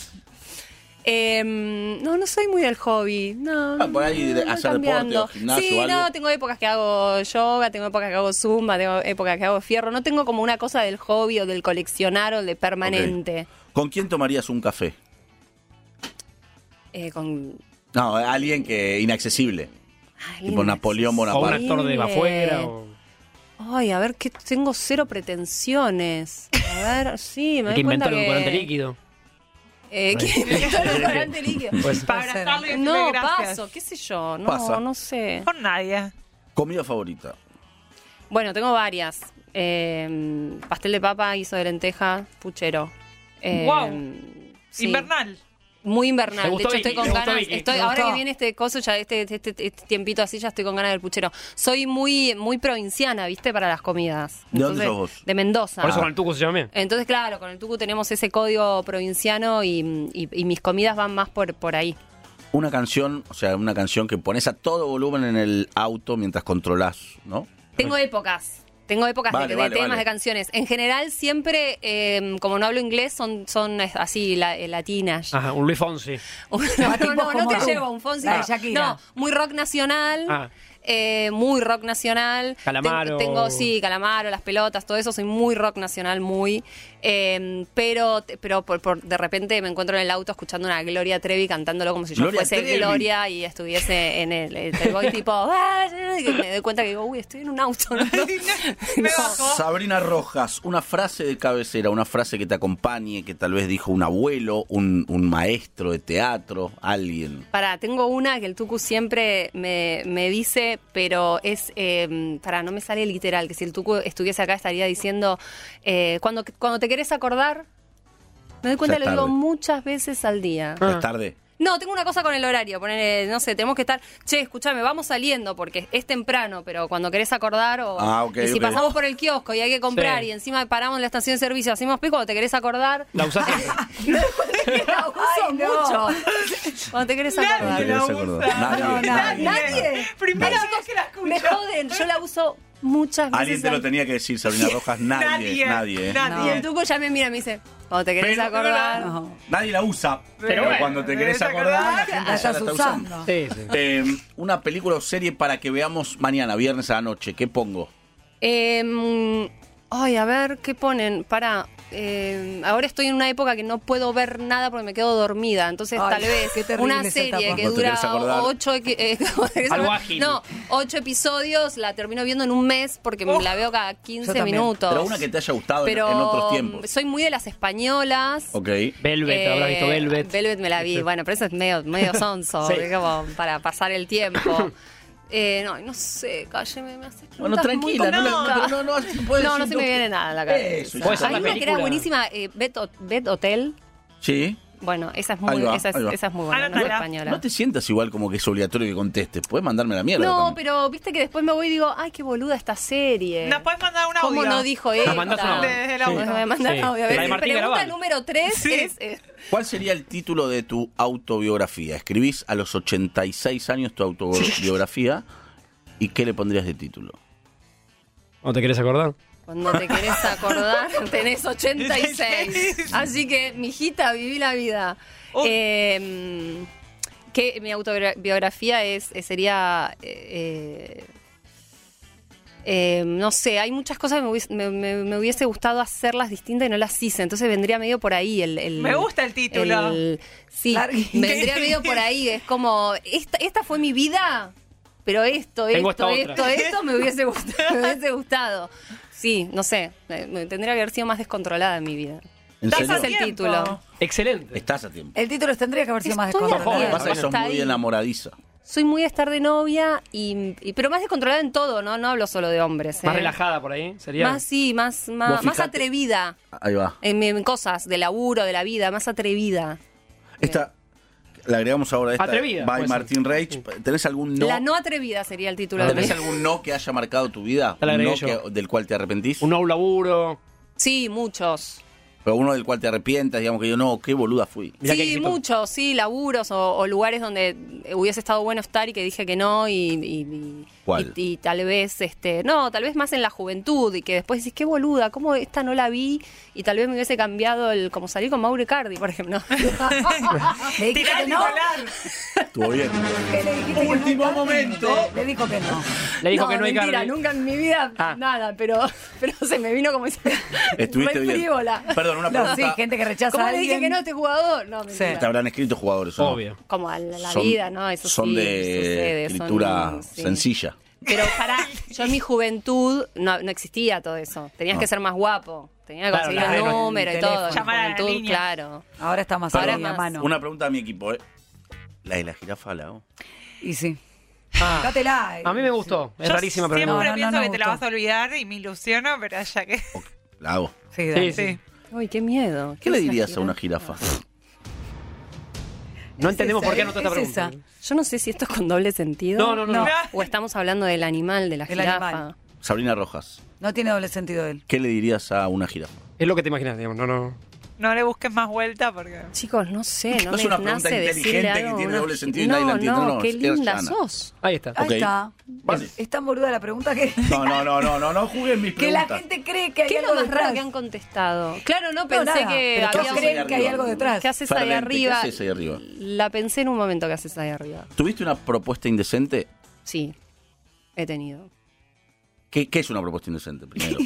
[SPEAKER 3] Em, no, no soy muy del hobby. No.
[SPEAKER 2] Ah, por ahí de
[SPEAKER 3] no, no,
[SPEAKER 2] hacer
[SPEAKER 3] cambiando.
[SPEAKER 2] deporte o gimnasio
[SPEAKER 3] Sí,
[SPEAKER 2] o algo.
[SPEAKER 3] no, tengo épocas que hago yoga, tengo épocas que hago zumba, tengo épocas que hago fierro. No tengo como una cosa del hobby o del coleccionar o de permanente.
[SPEAKER 2] ¿Con quién tomarías un café?
[SPEAKER 3] Eh, con
[SPEAKER 2] No, alguien que inaccesible.
[SPEAKER 3] ay,
[SPEAKER 2] Tipo Napoleón
[SPEAKER 4] o un
[SPEAKER 2] Bonaparte.
[SPEAKER 4] actor de afuera. O...
[SPEAKER 3] Ay, a ver, que tengo cero pretensiones. A ver, sí, me
[SPEAKER 4] El
[SPEAKER 3] doy
[SPEAKER 4] que
[SPEAKER 3] cuenta
[SPEAKER 4] inventó el colorante
[SPEAKER 3] que...
[SPEAKER 4] líquido.
[SPEAKER 3] Eh, que inventó el colorante líquido.
[SPEAKER 4] Pues,
[SPEAKER 5] Para
[SPEAKER 3] eh.
[SPEAKER 5] abrazarle y decirle
[SPEAKER 3] No,
[SPEAKER 5] gracias.
[SPEAKER 3] paso, qué sé yo, no,
[SPEAKER 2] Pasa.
[SPEAKER 3] no sé.
[SPEAKER 5] Con nadie.
[SPEAKER 2] Comida favorita.
[SPEAKER 3] Bueno, tengo varias. Eh, pastel de papa, guiso de lenteja, puchero. Eh,
[SPEAKER 5] Guau.
[SPEAKER 3] sí.
[SPEAKER 5] Invernal.
[SPEAKER 3] Muy
[SPEAKER 4] Me
[SPEAKER 3] invernal. De
[SPEAKER 4] gustó
[SPEAKER 3] hecho, estoy
[SPEAKER 4] Vicky,
[SPEAKER 3] con
[SPEAKER 4] me gustó
[SPEAKER 3] ganas.
[SPEAKER 4] Vicky.
[SPEAKER 3] Estoy,
[SPEAKER 6] Me
[SPEAKER 3] ahora
[SPEAKER 6] gustó.
[SPEAKER 3] que viene este coso, ya este, este- este- este tiempito así, ya estoy con ganas del puchero. Soy muy, muy provinciana, ¿viste? Para las comidas.
[SPEAKER 2] ¿De dónde sos vos?
[SPEAKER 3] De Mendoza.
[SPEAKER 4] Por eso con el tuco se llama bien.
[SPEAKER 3] Entonces, claro, con el Tucu tenemos ese código provinciano y, y- y mis comidas van más por, por ahí.
[SPEAKER 2] Una canción, o sea, una canción que pones a todo volumen en el auto mientras controlás, ¿no?
[SPEAKER 3] Tengo épocas. Tengo épocas de-
[SPEAKER 2] Vale,
[SPEAKER 3] de,
[SPEAKER 2] vale,
[SPEAKER 3] temas,
[SPEAKER 2] vale.
[SPEAKER 3] de canciones. En general, siempre, eh, como no hablo inglés, son, son es- así la- eh, latinas.
[SPEAKER 2] Ah.
[SPEAKER 4] Ajá, un Luis Fonsi.
[SPEAKER 3] no,
[SPEAKER 6] tipos
[SPEAKER 3] no, no, no
[SPEAKER 6] Ah, como
[SPEAKER 3] te
[SPEAKER 6] tú.
[SPEAKER 3] llevo a un Fonsi.
[SPEAKER 6] La
[SPEAKER 3] no.
[SPEAKER 6] de Shakira.
[SPEAKER 3] No, muy rock nacional.
[SPEAKER 4] Ah.
[SPEAKER 3] eh, muy rock nacional. Ten-
[SPEAKER 4] Calamaro.
[SPEAKER 3] tengo, sí, Calamaro, las pelotas, todo eso. Soy muy rock nacional, muy. eh, pero te- pero por, por- de repente me encuentro en el auto escuchando una Gloria Trevi cantándolo como si yo
[SPEAKER 2] Gloria
[SPEAKER 3] fuese
[SPEAKER 2] Trevi.
[SPEAKER 3] Gloria y estuviese en el, el Playboy tipo. "Ah", y me doy cuenta que digo, uy, estoy en un auto. ¿no?
[SPEAKER 5] Me
[SPEAKER 3] No.
[SPEAKER 5] bajó.
[SPEAKER 2] Sabrina Rojas, una frase de cabecera, una frase que te acompañe, que tal vez dijo un abuelo, un, un maestro de teatro, alguien.
[SPEAKER 3] Pará, tengo una que el Tucu siempre me, me dice, pero es, eh, pará, no me sale literal, que si el Tucu estuviese acá estaría diciendo, eh, cuando, cuando te querés acordar, me doy cuenta,
[SPEAKER 2] Ya
[SPEAKER 3] lo digo
[SPEAKER 2] tarde.
[SPEAKER 3] muchas veces al día.
[SPEAKER 4] Ah.
[SPEAKER 2] Es tarde.
[SPEAKER 3] No, tengo una cosa con el horario, poner, no sé, tenemos que estar, che, escúchame, vamos saliendo porque es temprano, pero cuando querés acordar o
[SPEAKER 2] Ah, ok,
[SPEAKER 3] y si
[SPEAKER 2] ok.
[SPEAKER 3] pasamos por el kiosco y hay que comprar
[SPEAKER 4] Sí.
[SPEAKER 3] y encima paramos en la estación de servicio, hacemos pico, cuando te querés acordar,
[SPEAKER 4] La usás siempre.
[SPEAKER 3] Ah.
[SPEAKER 6] La uso mucho.
[SPEAKER 3] cuando te querés
[SPEAKER 5] Nadie
[SPEAKER 3] acordar.
[SPEAKER 5] la
[SPEAKER 2] Querés
[SPEAKER 5] usa.
[SPEAKER 2] acordar. Nadie,
[SPEAKER 6] No,
[SPEAKER 2] nadie,
[SPEAKER 6] nadie.
[SPEAKER 2] nadie.
[SPEAKER 5] Primera vez que la escucho.
[SPEAKER 3] Me joden, yo la uso muchas veces.
[SPEAKER 2] Alguien te lo
[SPEAKER 3] al-
[SPEAKER 2] tenía que decir, Sabrina Rojas, nadie, nadie. ¿eh?
[SPEAKER 5] Nadie.
[SPEAKER 3] Y el tuco ya me mira y me dice, cuando te querés
[SPEAKER 2] Pero-
[SPEAKER 3] acordar.
[SPEAKER 6] No,
[SPEAKER 2] Nadie la usa, pero,
[SPEAKER 4] bueno,
[SPEAKER 2] cuando te querés
[SPEAKER 5] ¿te
[SPEAKER 2] acordar, la
[SPEAKER 5] acordás?
[SPEAKER 2] gente
[SPEAKER 6] La
[SPEAKER 2] ya la
[SPEAKER 6] estás
[SPEAKER 2] está
[SPEAKER 6] usando.
[SPEAKER 4] Sí, sí.
[SPEAKER 2] Eh, una película o serie para que veamos mañana, viernes a la noche. ¿Qué pongo?
[SPEAKER 3] Em, ay, a ver, ¿qué ponen? Para. ahora estoy en una época que no puedo ver nada porque me quedo dormida. Entonces,
[SPEAKER 6] Ay,
[SPEAKER 3] tal vez
[SPEAKER 6] qué terrible
[SPEAKER 3] una
[SPEAKER 6] esa
[SPEAKER 3] serie
[SPEAKER 6] etapa.
[SPEAKER 3] que
[SPEAKER 2] No te
[SPEAKER 3] dura
[SPEAKER 2] querés acordar.
[SPEAKER 3] ocho, equi- eh, ¿cómo te querés
[SPEAKER 4] Algo
[SPEAKER 3] acordar?
[SPEAKER 4] ágil.
[SPEAKER 3] no, ocho episodios, la termino viendo en un mes porque me
[SPEAKER 5] Oh.
[SPEAKER 3] la veo cada 15
[SPEAKER 6] también.
[SPEAKER 3] minutos.
[SPEAKER 2] Pero una que te haya gustado en-
[SPEAKER 3] Pero,
[SPEAKER 2] en otros tiempos.
[SPEAKER 3] Soy muy de las españolas.
[SPEAKER 2] Ok.
[SPEAKER 4] Velvet,
[SPEAKER 3] Eh,
[SPEAKER 4] habrás visto Velvet.
[SPEAKER 3] Velvet me la vi, bueno, pero eso es medio, medio sonso,
[SPEAKER 4] Sí.
[SPEAKER 3] es como para pasar el tiempo. Eh, no, no sé, cálleme, me haces
[SPEAKER 2] Bueno,
[SPEAKER 3] preguntas muy
[SPEAKER 2] tranquila, no, la-
[SPEAKER 3] complicadas.
[SPEAKER 2] no, no, no, puedes
[SPEAKER 3] No, no
[SPEAKER 2] decir
[SPEAKER 3] se
[SPEAKER 2] lo
[SPEAKER 3] me
[SPEAKER 2] que-
[SPEAKER 3] viene nada a la cabeza.
[SPEAKER 2] Eso, ya está.
[SPEAKER 3] Hay una que era
[SPEAKER 4] Película.
[SPEAKER 3] buenísima, eh, Bed, Hot- Bed Hotel.
[SPEAKER 2] Sí.
[SPEAKER 3] Bueno, esa es
[SPEAKER 2] Ahí
[SPEAKER 3] muy,
[SPEAKER 2] va,
[SPEAKER 3] esa es,
[SPEAKER 2] ahí va.
[SPEAKER 3] esa es muy buena, no es
[SPEAKER 5] Anótala.
[SPEAKER 3] española.
[SPEAKER 2] No te sientas igual como que es obligatorio que contestes. Puedes mandarme la mierda.
[SPEAKER 3] No,
[SPEAKER 2] también.
[SPEAKER 3] pero viste que después me voy y digo, ay, qué boluda esta serie.
[SPEAKER 5] Nos puedes mandar un audio.
[SPEAKER 3] ¿Cómo no dijo ella?
[SPEAKER 4] mandás un audio.
[SPEAKER 5] Desde el audio.
[SPEAKER 3] Me mandás
[SPEAKER 4] Sí.
[SPEAKER 3] audio. A
[SPEAKER 4] La de
[SPEAKER 3] ver,
[SPEAKER 4] Martín
[SPEAKER 3] pregunta
[SPEAKER 4] Garabal.
[SPEAKER 3] número 3
[SPEAKER 5] Sí.
[SPEAKER 3] es... eh,
[SPEAKER 2] ¿Cuál sería el título de tu autobiografía? Escribís a los 86 años tu autobiografía. ¿Y qué le pondrías de título?
[SPEAKER 4] ¿No te querés acordar?
[SPEAKER 3] Cuando te querés acordar, tenés 86. Así que, mijita, viví la vida.
[SPEAKER 5] Oh.
[SPEAKER 3] Eh, que mi autobiografía es, eh, sería. eh, eh, no sé, hay muchas cosas que me hubiese, me- me- me hubiese gustado hacerlas distintas y no las hice. Entonces vendría medio por ahí el. el-
[SPEAKER 5] Me gusta el título.
[SPEAKER 3] el- sí,
[SPEAKER 6] Larguísimo.
[SPEAKER 3] vendría medio por ahí. Es como, esta, esta fue mi vida, pero esto,
[SPEAKER 4] Tengo
[SPEAKER 3] esto,
[SPEAKER 4] esta
[SPEAKER 3] esto,
[SPEAKER 4] otra.
[SPEAKER 3] esto me hubiese, gustado, me hubiese gustado. Sí, no sé, me- me tendría que haber sido más descontrolada en mi vida.
[SPEAKER 2] ¿En
[SPEAKER 3] Ese
[SPEAKER 2] serio?
[SPEAKER 3] es el
[SPEAKER 5] Tiempo.
[SPEAKER 3] título.
[SPEAKER 4] Excelente.
[SPEAKER 2] Estás a
[SPEAKER 4] Eh,
[SPEAKER 2] tiempo.
[SPEAKER 6] El título tendría que haber sido más
[SPEAKER 3] Estoy
[SPEAKER 2] Lo que
[SPEAKER 3] Bien,
[SPEAKER 2] pasa
[SPEAKER 6] descontrolado.
[SPEAKER 2] es que sos
[SPEAKER 3] hasta
[SPEAKER 2] muy
[SPEAKER 3] ahí.
[SPEAKER 2] enamoradiza.
[SPEAKER 3] Soy muy de estar de novia, y, y- pero más descontrolada en todo, ¿no? No hablo solo de hombres.
[SPEAKER 4] Más
[SPEAKER 3] ¿eh?
[SPEAKER 4] relajada por ahí, sería.
[SPEAKER 3] Más, sí, más,
[SPEAKER 2] Vos
[SPEAKER 3] más, más
[SPEAKER 2] fijate.
[SPEAKER 3] atrevida
[SPEAKER 2] Ahí va.
[SPEAKER 3] en, en cosas, de laburo, de la vida, más atrevida.
[SPEAKER 2] Esta, le agregamos ahora esta
[SPEAKER 4] Eh. Atrevida,
[SPEAKER 2] by
[SPEAKER 4] puede ser.
[SPEAKER 2] Martín Reich. ¿Tenés algún no?
[SPEAKER 3] La no atrevida sería el título de
[SPEAKER 2] ¿Tenés algún no que haya marcado tu vida?
[SPEAKER 4] Ya la
[SPEAKER 2] ¿Un no
[SPEAKER 4] agregué yo.
[SPEAKER 2] que- del cual te arrepentís?
[SPEAKER 4] Un nuevo laburo.
[SPEAKER 3] Sí, muchos.
[SPEAKER 2] Pero uno del cual te arrepientas, digamos que yo no, qué boluda fui.
[SPEAKER 4] Mirá que
[SPEAKER 3] sí,
[SPEAKER 4] éxito.
[SPEAKER 3] muchos, sí, laburos o, o lugares donde hubiese estado bueno estar y que dije que no y, y- y-
[SPEAKER 2] ¿Cuál?
[SPEAKER 3] y- y tal vez, este, no, tal vez más en la juventud y que después decís, qué boluda, cómo esta no la vi y tal vez me hubiese cambiado el, como salir con Mauro Cardi, por ejemplo.
[SPEAKER 6] Le dijiste
[SPEAKER 5] Tirar
[SPEAKER 6] que
[SPEAKER 5] y
[SPEAKER 6] no.
[SPEAKER 5] volar.
[SPEAKER 2] Estuvo bien.
[SPEAKER 6] que le dijiste que no
[SPEAKER 2] Último
[SPEAKER 6] estaba,
[SPEAKER 2] momento.
[SPEAKER 6] Le, le dijo que no.
[SPEAKER 4] Le dijo que no hay
[SPEAKER 3] mentira,
[SPEAKER 4] carne.
[SPEAKER 3] nunca en mi vida
[SPEAKER 4] Ah.
[SPEAKER 3] nada, pero, pero se me vino como esa-
[SPEAKER 2] Estuviste
[SPEAKER 3] re
[SPEAKER 2] bien.
[SPEAKER 3] frívola.
[SPEAKER 2] Perdón, una
[SPEAKER 6] No,
[SPEAKER 2] pregunta.
[SPEAKER 6] sí, gente que rechaza
[SPEAKER 3] ¿Cómo
[SPEAKER 6] a
[SPEAKER 3] le
[SPEAKER 6] alguien.
[SPEAKER 3] dije que no a este jugador? No, mentira.
[SPEAKER 2] Te habrán escrito jugadores, ¿o no?
[SPEAKER 4] Obvio.
[SPEAKER 3] Como a la, la
[SPEAKER 2] Son-
[SPEAKER 3] vida, ¿no? Eso
[SPEAKER 2] son
[SPEAKER 3] sí
[SPEAKER 2] de
[SPEAKER 3] sucede, son-
[SPEAKER 2] escritura
[SPEAKER 3] sí.
[SPEAKER 2] sencilla.
[SPEAKER 3] Pero para, yo en mi juventud no, no existía todo eso. Tenías que ser más guapo. Tenías que
[SPEAKER 4] Claro,
[SPEAKER 3] conseguir
[SPEAKER 4] las
[SPEAKER 3] el
[SPEAKER 4] redes,
[SPEAKER 3] número y
[SPEAKER 6] teléfono.
[SPEAKER 3] todo. En
[SPEAKER 5] Llamar a la
[SPEAKER 3] la juventud,
[SPEAKER 5] línea.
[SPEAKER 3] claro.
[SPEAKER 6] Ahora está más
[SPEAKER 3] Ahora
[SPEAKER 6] ahí a
[SPEAKER 3] más.
[SPEAKER 6] mano.
[SPEAKER 2] Una pregunta a mi equipo, ¿eh? La de la jirafa la hago.
[SPEAKER 6] Y sí.
[SPEAKER 4] Ah,
[SPEAKER 6] Dátela. eh.
[SPEAKER 4] a mí me gustó. Es
[SPEAKER 5] Yo
[SPEAKER 4] rarísima, pero
[SPEAKER 6] no,
[SPEAKER 5] siempre
[SPEAKER 6] no, no
[SPEAKER 5] pienso
[SPEAKER 6] me
[SPEAKER 5] que te la
[SPEAKER 6] gustó.
[SPEAKER 5] vas a olvidar y me ilusiono, pero ya que.
[SPEAKER 2] Ok, la hago.
[SPEAKER 6] Sí,
[SPEAKER 4] no.
[SPEAKER 6] dale.
[SPEAKER 4] Sí, sí.
[SPEAKER 3] Uy, qué miedo.
[SPEAKER 2] ¿Qué le
[SPEAKER 3] es la
[SPEAKER 2] dirías a una
[SPEAKER 3] jirafa?
[SPEAKER 2] jirafa?
[SPEAKER 4] No entendemos
[SPEAKER 6] esa,
[SPEAKER 4] por qué anotó esta
[SPEAKER 6] es
[SPEAKER 4] pregunta.
[SPEAKER 6] esa.
[SPEAKER 3] Yo no sé si esto es con doble sentido.
[SPEAKER 4] No, no, no.
[SPEAKER 6] No.
[SPEAKER 4] no.
[SPEAKER 3] O estamos hablando del animal, de la
[SPEAKER 6] El
[SPEAKER 3] jirafa.
[SPEAKER 6] animal.
[SPEAKER 2] Sabrina Rojas,
[SPEAKER 6] No tiene doble sentido él.
[SPEAKER 2] ¿qué le dirías a una jirafa?
[SPEAKER 4] Es lo que te imaginas, digamos. No, no.
[SPEAKER 5] No le busques más vuelta porque.
[SPEAKER 3] Chicos, no sé, no,
[SPEAKER 2] No es
[SPEAKER 3] me
[SPEAKER 2] una pregunta
[SPEAKER 3] nace decirle
[SPEAKER 2] inteligente que
[SPEAKER 3] algo a
[SPEAKER 2] tiene
[SPEAKER 3] una
[SPEAKER 2] doble
[SPEAKER 3] gi-
[SPEAKER 2] sentido y
[SPEAKER 3] no,
[SPEAKER 2] nadie la entiende.
[SPEAKER 3] No,
[SPEAKER 2] No, no,
[SPEAKER 3] qué
[SPEAKER 2] es
[SPEAKER 3] linda
[SPEAKER 2] llana.
[SPEAKER 3] sos.
[SPEAKER 4] Ahí está.
[SPEAKER 6] Ahí
[SPEAKER 2] Ok.
[SPEAKER 6] está.
[SPEAKER 2] Vale.
[SPEAKER 6] Es, es tan boluda la pregunta que,
[SPEAKER 2] No, no, no, no, no, no jueguen mis
[SPEAKER 6] que la
[SPEAKER 2] preguntas.
[SPEAKER 6] gente cree que hay
[SPEAKER 3] ¿Qué es lo
[SPEAKER 6] algo
[SPEAKER 3] más
[SPEAKER 6] detrás.
[SPEAKER 3] raro que han contestado? Claro, no
[SPEAKER 6] No,
[SPEAKER 3] pensé
[SPEAKER 6] nada,
[SPEAKER 3] que
[SPEAKER 6] pero todos
[SPEAKER 3] había...
[SPEAKER 2] ¿qué
[SPEAKER 6] creen que hay algo detrás.
[SPEAKER 3] ¿Qué haces ahí
[SPEAKER 2] Fervente,
[SPEAKER 3] arriba?
[SPEAKER 2] ¿qué haces ahí arriba?
[SPEAKER 3] La pensé en un momento que haces ahí arriba.
[SPEAKER 2] ¿Tuviste una propuesta indecente?
[SPEAKER 3] Sí, he tenido.
[SPEAKER 2] ¿Qué, qué es una propuesta indecente primero?